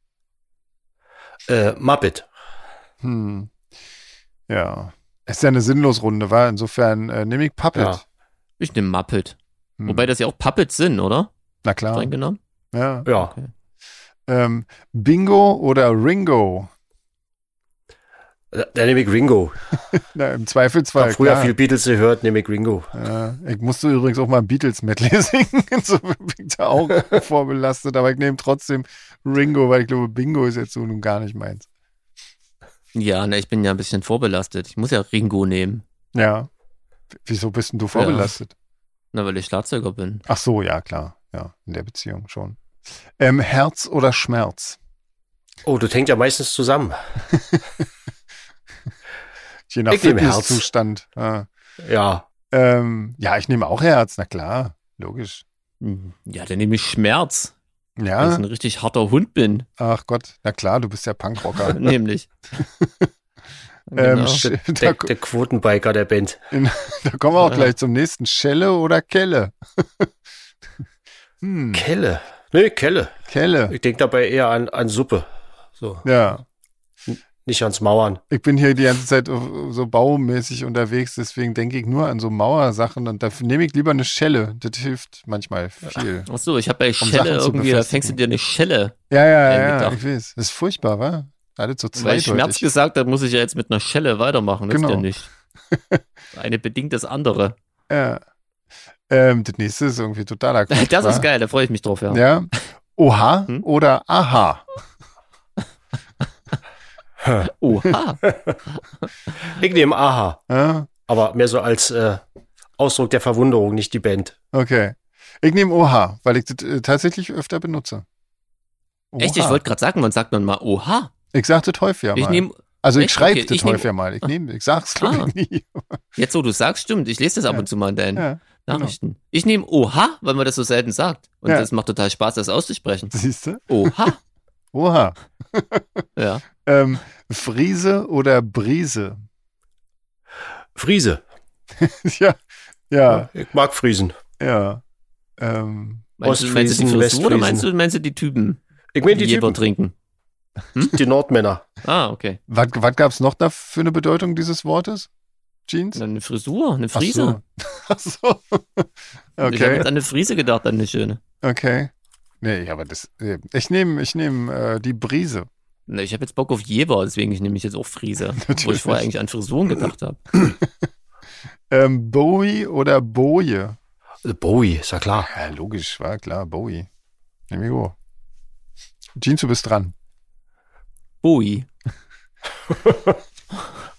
Speaker 3: Äh, Muppet.
Speaker 2: Hm. Ja. Ist ja eine sinnlos Runde, war insofern äh, nehme ich Puppet.
Speaker 3: Ja.
Speaker 1: Ich nehme Muppet.
Speaker 2: Hm.
Speaker 1: Wobei das ja auch Puppets sind, oder?
Speaker 2: Na klar.
Speaker 1: Streng genommen.
Speaker 2: Ja.
Speaker 3: Ja.
Speaker 2: Ähm, Bingo oder Ringo?
Speaker 3: Dann nehme ich Ringo.
Speaker 2: Na, Im
Speaker 3: Ich
Speaker 2: Zweifelsfall.
Speaker 3: habe früher
Speaker 2: klar.
Speaker 3: viel Beatles gehört, nehme ich Ringo.
Speaker 2: Ja, ich musste übrigens auch mal ein Beatles-Medley singen. so bin ich da auch vorbelastet, aber ich nehme trotzdem Ringo, weil ich glaube, Bingo ist jetzt so nun gar nicht meins.
Speaker 1: Ja, na, ich bin ja ein bisschen vorbelastet. Ich muss ja Ringo nehmen.
Speaker 2: Ja. W- Wieso bist denn du vorbelastet?
Speaker 1: Na, weil ich Schlagzeuger bin.
Speaker 2: Ach so, ja, klar. Ja, in der Beziehung schon. Ähm, Herz oder Schmerz?
Speaker 3: Oh, das hängt ja meistens zusammen.
Speaker 2: Je nach
Speaker 3: Ich nehme Herz.
Speaker 2: Fitnesszustand. Ja.
Speaker 3: Ja.
Speaker 2: Ähm, ja, ich nehme auch Herz, na klar. Logisch.
Speaker 1: Hm, Ja, dann nehme ich Schmerz, weil ich
Speaker 2: Mhm. Ja,
Speaker 1: ein richtig harter Hund bin,
Speaker 2: ach Gott, na klar, du bist ja Punkrocker.
Speaker 1: nämlich.
Speaker 2: ähm,
Speaker 1: Genau.
Speaker 2: Sch- da,
Speaker 3: Der, der Ah. Quotenbiker der Band.
Speaker 2: da kommen wir auch
Speaker 1: Ja.
Speaker 2: gleich zum nächsten. Schelle oder Kelle? hm,
Speaker 3: Kelle. Nee, Kelle.
Speaker 2: Kelle.
Speaker 3: Ich denke dabei eher an, an Suppe. So.
Speaker 2: Ja,
Speaker 3: Nicht ans Mauern.
Speaker 2: ich bin hier die ganze Zeit auf- so baumäßig unterwegs, deswegen denke ich nur an so Mauersachen und da nehme ich lieber eine Schelle. Das hilft manchmal viel.
Speaker 1: Ach so, ich habe bei
Speaker 2: um Sachen
Speaker 1: Schelle
Speaker 2: zu
Speaker 1: irgendwie, da
Speaker 2: befestigen.
Speaker 1: fängst du dir eine Schelle.
Speaker 2: Ja, ja,
Speaker 1: Ja,
Speaker 2: ja,
Speaker 1: mit auch.
Speaker 2: ich weiß. Das ist furchtbar, wa? Alle zu
Speaker 1: Und Weil ich Schmerz
Speaker 2: zweideutig.
Speaker 1: gesagt habe, muss ich ja jetzt mit einer Schelle weitermachen. Das
Speaker 2: Genau.
Speaker 1: ist ja nicht. Eine bedingt das andere.
Speaker 2: Ja. Ähm, das nächste ist irgendwie totaler Quatsch,
Speaker 1: Das
Speaker 2: wa?
Speaker 1: ist geil, da freue ich mich drauf, ja.
Speaker 2: Ja. Oha
Speaker 1: Hm?
Speaker 2: oder aha.
Speaker 1: Oha.
Speaker 3: Ich nehme Aha.
Speaker 2: Ja?
Speaker 3: Aber mehr so als äh, Ausdruck der Verwunderung, nicht die Band.
Speaker 2: Okay. Ich nehme oha, weil ich das äh, tatsächlich öfter benutze.
Speaker 1: Echt, ich
Speaker 2: Oha.
Speaker 1: wollte gerade sagen, wann sagt man mal Oha?
Speaker 2: Ich sag das häufiger
Speaker 1: Ich
Speaker 2: mal.
Speaker 1: nehme,
Speaker 2: also ich
Speaker 1: echt?
Speaker 2: schreibe
Speaker 1: Okay,
Speaker 2: das
Speaker 1: ich nehm-
Speaker 2: häufiger mal. Ich nehme, ich sag's glaub
Speaker 1: Ah.
Speaker 2: ich nie.
Speaker 1: jetzt wo du sagst, stimmt, ich lese das ab
Speaker 2: Ja.
Speaker 1: und zu mal in deinen
Speaker 2: Ja, genau.
Speaker 1: Nachrichten. Ich nehme Oha, weil man das so selten sagt. Und
Speaker 2: Ja.
Speaker 1: das macht total Spaß, das auszusprechen.
Speaker 2: siehst du?
Speaker 1: Oha.
Speaker 2: Oha.
Speaker 1: ja.
Speaker 2: Ähm, Friese oder Brise?
Speaker 3: Friese.
Speaker 2: ja, ja,
Speaker 3: Ich mag Friesen.
Speaker 2: ja. Ähm,
Speaker 1: Meinst du, meinst du die
Speaker 3: Ostfriesen,
Speaker 1: Frisur oder
Speaker 3: Westfriesen.
Speaker 1: meinst du, meinst du die Typen,
Speaker 3: Ich meine
Speaker 1: die,
Speaker 3: die,
Speaker 1: Jeber
Speaker 3: Typen,
Speaker 1: trinken?
Speaker 3: die Nordmänner.
Speaker 1: Ah, okay.
Speaker 2: was was gab's noch da für eine Bedeutung dieses Wortes? Jeans?
Speaker 1: Na, Eine Frisur, eine
Speaker 2: Ach
Speaker 1: Frise.
Speaker 2: so. Ach so.
Speaker 1: Ich habe
Speaker 2: Okay,
Speaker 1: jetzt an eine Frise gedacht, an eine schöne.
Speaker 2: okay. Nee, aber das. äh, Ich nehme ich nehm, äh, die Brise.
Speaker 1: Na, ich habe jetzt Bock auf Jeber, deswegen ich nehme mich jetzt auch Frise. wo ich
Speaker 2: Natürlich.
Speaker 1: vorher eigentlich an Frisuren gedacht habe.
Speaker 2: Ähm, Bowie oder Boje?
Speaker 3: Äh, Bowie, ist ja klar.
Speaker 2: Ja, logisch, war klar, Bowie. Nehm ich auch. Jeans, du bist dran.
Speaker 1: Bowie.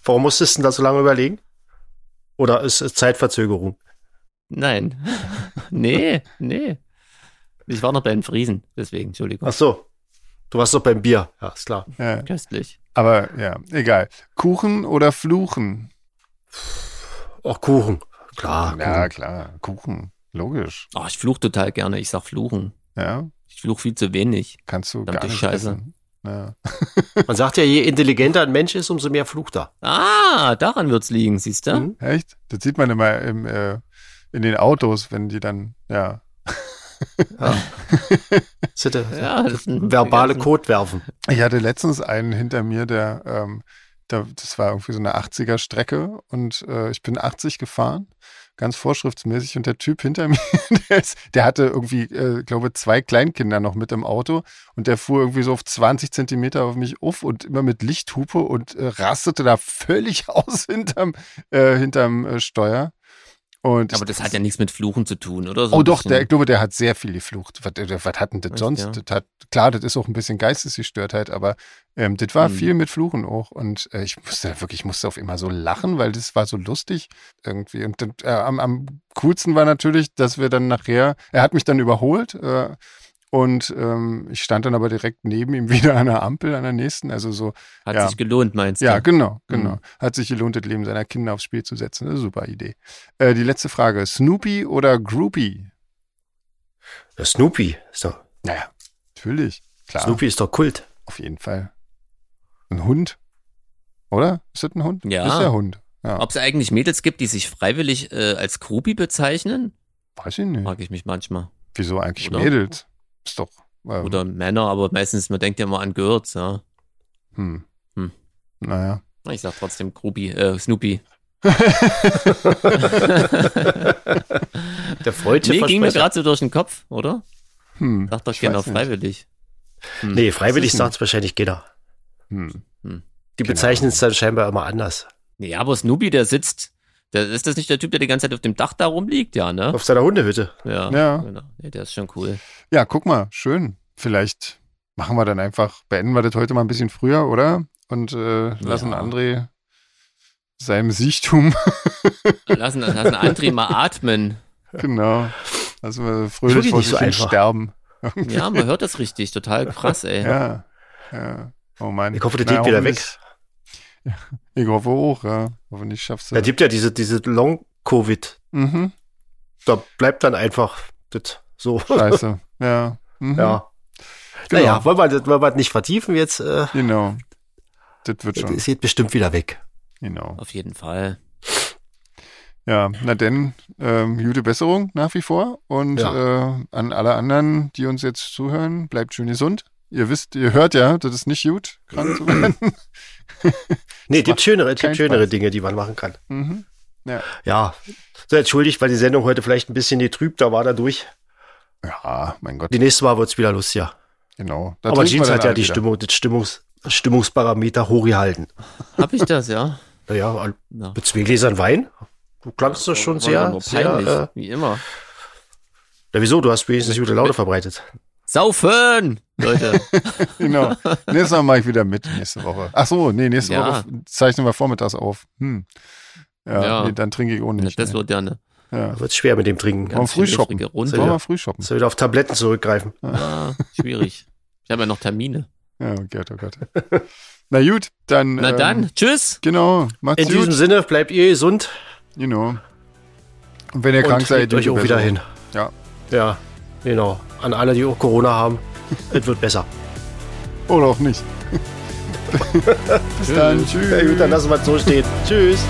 Speaker 3: Warum musstest du denn da so lange überlegen? Oder ist es Zeitverzögerung?
Speaker 1: Nein. nee, nee. Ich war noch bei den Friesen, deswegen, Entschuldigung.
Speaker 3: Ach so. Du warst doch beim Bier. Ja, ist klar.
Speaker 2: Ja,
Speaker 1: Köstlich.
Speaker 2: aber ja, egal. Kuchen oder Fluchen?
Speaker 3: Auch Kuchen. Klar.
Speaker 2: ja, klar, Kuchen. Logisch.
Speaker 1: Ah, ich fluch total gerne, ich sag fluchen.
Speaker 2: Ja,
Speaker 1: Ich fluch viel zu wenig.
Speaker 2: kannst du
Speaker 1: Verdammte
Speaker 2: gar nicht
Speaker 1: Scheiße.
Speaker 2: essen. Ja.
Speaker 3: Kuchen. Man sagt ja, je intelligenter ein Mensch ist, umso mehr flucht er.
Speaker 1: Ah, daran wird's liegen, siehst du?
Speaker 3: Mhm.
Speaker 2: Echt? Das sieht man immer im, äh, in den Autos, wenn die dann, ja.
Speaker 3: Das hätte
Speaker 1: Ja, das sind
Speaker 3: verbale
Speaker 1: die ganzen-
Speaker 3: Kotwerfen.
Speaker 2: Ich hatte letztens einen hinter mir, der, ähm, da, das war irgendwie so eine 80er-Strecke und äh, ich bin 80 gefahren, ganz vorschriftsmäßig und der Typ hinter mir, der, ist, der hatte irgendwie, äh, glaube zwei Kleinkinder noch mit im Auto und der fuhr irgendwie so auf 20 Zentimeter auf mich auf und immer mit Lichthupe und äh, rastete da völlig aus hinterm, äh, hinterm äh, Steuer. Und
Speaker 1: Aber
Speaker 2: ich-
Speaker 1: das hat ja nichts mit Fluchen zu tun, oder? So
Speaker 2: Oh
Speaker 1: ein
Speaker 2: doch,
Speaker 1: bisschen.
Speaker 2: der, ich glaube, der hat sehr viel geflucht. Was, äh, der- was hat denn das
Speaker 1: Echt,
Speaker 2: sonst?
Speaker 1: ja?
Speaker 2: Das hat, klar, das ist auch ein bisschen Geistesgestörtheit, aber ähm, das war
Speaker 1: Hm.
Speaker 2: viel mit Fluchen auch. Und äh, ich musste wirklich, ich musste auf immer so lachen, weil das war so lustig irgendwie. Und dann, äh, am, am coolsten war natürlich, dass wir dann nachher, er hat mich dann überholt äh, und ähm, ich stand dann aber direkt neben ihm wieder an der Ampel, an der nächsten. Also so,
Speaker 1: Hat
Speaker 2: ja.
Speaker 1: sich gelohnt, meinst
Speaker 2: ja,
Speaker 1: du?
Speaker 2: genau, genau.
Speaker 1: Hm.
Speaker 2: Hat sich gelohnt, das Leben seiner Kinder aufs Spiel zu setzen. Eine super Idee. Äh, die letzte Frage, Snoopy oder Groupie?
Speaker 3: Der Snoopy. Ist doch,
Speaker 2: Naja, natürlich. Klar,
Speaker 3: Snoopy ist doch Kult.
Speaker 2: auf jeden Fall. Ein Hund. Oder? Ist das ein Hund?
Speaker 1: Ja.
Speaker 2: Ist der Hund. Ja.
Speaker 1: Ob es eigentlich Mädels gibt, die sich freiwillig äh, als Groupie bezeichnen?
Speaker 2: Weiß ich nicht.
Speaker 1: Frage ich mich manchmal.
Speaker 2: Wieso eigentlich
Speaker 1: Oder?
Speaker 2: Mädels? Ist doch. Ähm,
Speaker 1: Oder Männer, aber meistens, man denkt ja immer an Girls, ja.
Speaker 2: Hm.
Speaker 1: Hm.
Speaker 2: Naja.
Speaker 1: Ich sag trotzdem Groupie, äh, Snoopy.
Speaker 3: Der freute
Speaker 1: Nee, ging mir
Speaker 3: Versprecher.
Speaker 1: gerade so durch den Kopf, oder?
Speaker 2: Hm.
Speaker 1: Sagt doch
Speaker 2: Ich
Speaker 1: keiner
Speaker 2: weiß nicht.
Speaker 1: freiwillig.
Speaker 3: Nee, freiwillig
Speaker 2: Das ist ein-
Speaker 3: sagt es wahrscheinlich keiner.
Speaker 2: Hm.
Speaker 1: Hm.
Speaker 3: Die bezeichnen es dann scheinbar immer anders.
Speaker 1: Nee, aber Snoopy, der sitzt. Der, ist das nicht der Typ, der die ganze Zeit auf dem Dach da rumliegt? Ja, ne?
Speaker 3: Auf seiner Hundehütte.
Speaker 1: Ja.
Speaker 2: Ja.
Speaker 1: Genau. Nee, der ist schon cool.
Speaker 2: Ja, guck mal, schön. Vielleicht machen wir dann einfach, beenden wir das heute mal ein bisschen früher, oder? Und äh, lassen
Speaker 1: Ja.
Speaker 2: André seinem Siechtum,
Speaker 1: Lassen, lassen André mal atmen.
Speaker 2: genau, lassen wir
Speaker 3: Wirklich
Speaker 2: fröhlich vor
Speaker 3: nicht
Speaker 2: sich
Speaker 3: so
Speaker 2: hin
Speaker 3: einfach.
Speaker 2: sterben.
Speaker 1: Ja, man hört das richtig. Total krass, ey.
Speaker 2: Ja, ja. Oh Mann.
Speaker 3: Ich hoffe, der
Speaker 2: Na,
Speaker 3: geht wieder weg.
Speaker 2: hoffentlich- Ich hoffe auch, ja. Hoffentlich schaffst du
Speaker 3: Da gibt ja diese, diese Long-Covid.
Speaker 2: Mhm.
Speaker 3: Da bleibt dann einfach das so.
Speaker 2: Scheiße. Ja. Mhm.
Speaker 3: Ja.
Speaker 2: Genau.
Speaker 3: Naja, wollen wir, das- wollen wir das nicht vertiefen jetzt? Äh,
Speaker 2: Genau. Das wird
Speaker 3: das
Speaker 2: schon.
Speaker 3: geht bestimmt wieder weg.
Speaker 2: Genau.
Speaker 1: Auf jeden Fall.
Speaker 2: Ja, na denn, ähm, gute Besserung nach wie vor. Und äh, an alle anderen, die uns jetzt zuhören, bleibt schön gesund. Ihr wisst, ihr hört ja, das ist nicht gut, krank zu werden.
Speaker 3: Nee, gibt schönere,
Speaker 2: keinen
Speaker 3: gibt schönere
Speaker 2: Spaß.
Speaker 3: Dinge, die man machen kann.
Speaker 2: mhm.
Speaker 3: Ja. So, entschuldigt, weil die Sendung heute vielleicht ein bisschen getrübt, da war da durch.
Speaker 2: Ja, mein Gott,
Speaker 3: Die nächste Mal wird's wieder lustiger.
Speaker 2: genau. Da
Speaker 3: Aber
Speaker 2: trinken wir
Speaker 3: Jeans
Speaker 2: dann
Speaker 3: hat ja
Speaker 2: alle
Speaker 3: die
Speaker 2: wieder.
Speaker 3: Stimmung, das Stimmungs, Stimmungsparameter hochgehalten.
Speaker 1: Hab ich das, ja?
Speaker 3: Naja,
Speaker 1: Na.
Speaker 3: mit zwei Gläsern Wein? Du klangst das schon
Speaker 1: War doch
Speaker 3: sehr,
Speaker 1: nur
Speaker 3: sehr,
Speaker 1: peinlich,
Speaker 3: äh,
Speaker 1: wie immer.
Speaker 3: na wieso, du hast wenigstens gute Laune verbreitet.
Speaker 1: Saufen! Leute.
Speaker 2: Genau. Nächstes Mal mache ich wieder mit, nächste Woche. Ach so, nee, nächste
Speaker 1: Ja.
Speaker 2: Woche zeichnen wir vormittags auf. Hm. Ja,
Speaker 1: Ja.
Speaker 2: Nee, dann trinke ich auch nicht.
Speaker 1: das
Speaker 2: nee.
Speaker 1: wird ja eine
Speaker 2: ja.
Speaker 3: Wird's schwer mit dem Trinken.
Speaker 2: Wollen wir früh
Speaker 1: viel
Speaker 2: shoppen?
Speaker 1: löchrige
Speaker 2: Wollen
Speaker 1: Runde.
Speaker 2: wir früh shoppen?
Speaker 3: Soll wieder auf Tabletten zurückgreifen.
Speaker 1: Ah, schwierig. Ich habe ja noch Termine.
Speaker 2: Ja, oh Gott, oh Gott. Na gut, dann.
Speaker 1: Na
Speaker 2: ähm,
Speaker 1: dann, tschüss!
Speaker 2: Genau, macht's
Speaker 3: In
Speaker 2: gut.
Speaker 3: diesem Sinne, bleibt ihr gesund
Speaker 2: Genau. Und wenn ihr
Speaker 3: und
Speaker 2: krank seid,
Speaker 3: kriegt euch
Speaker 2: gute
Speaker 3: auch wieder
Speaker 2: Besserung.
Speaker 3: hin.
Speaker 2: Ja.
Speaker 3: Ja, genau. An alle, die auch Corona haben. es wird besser.
Speaker 2: Oder auch nicht. Bis dann. Tschüss.
Speaker 3: Na gut, dann lassen wir es so stehen. Tschüss.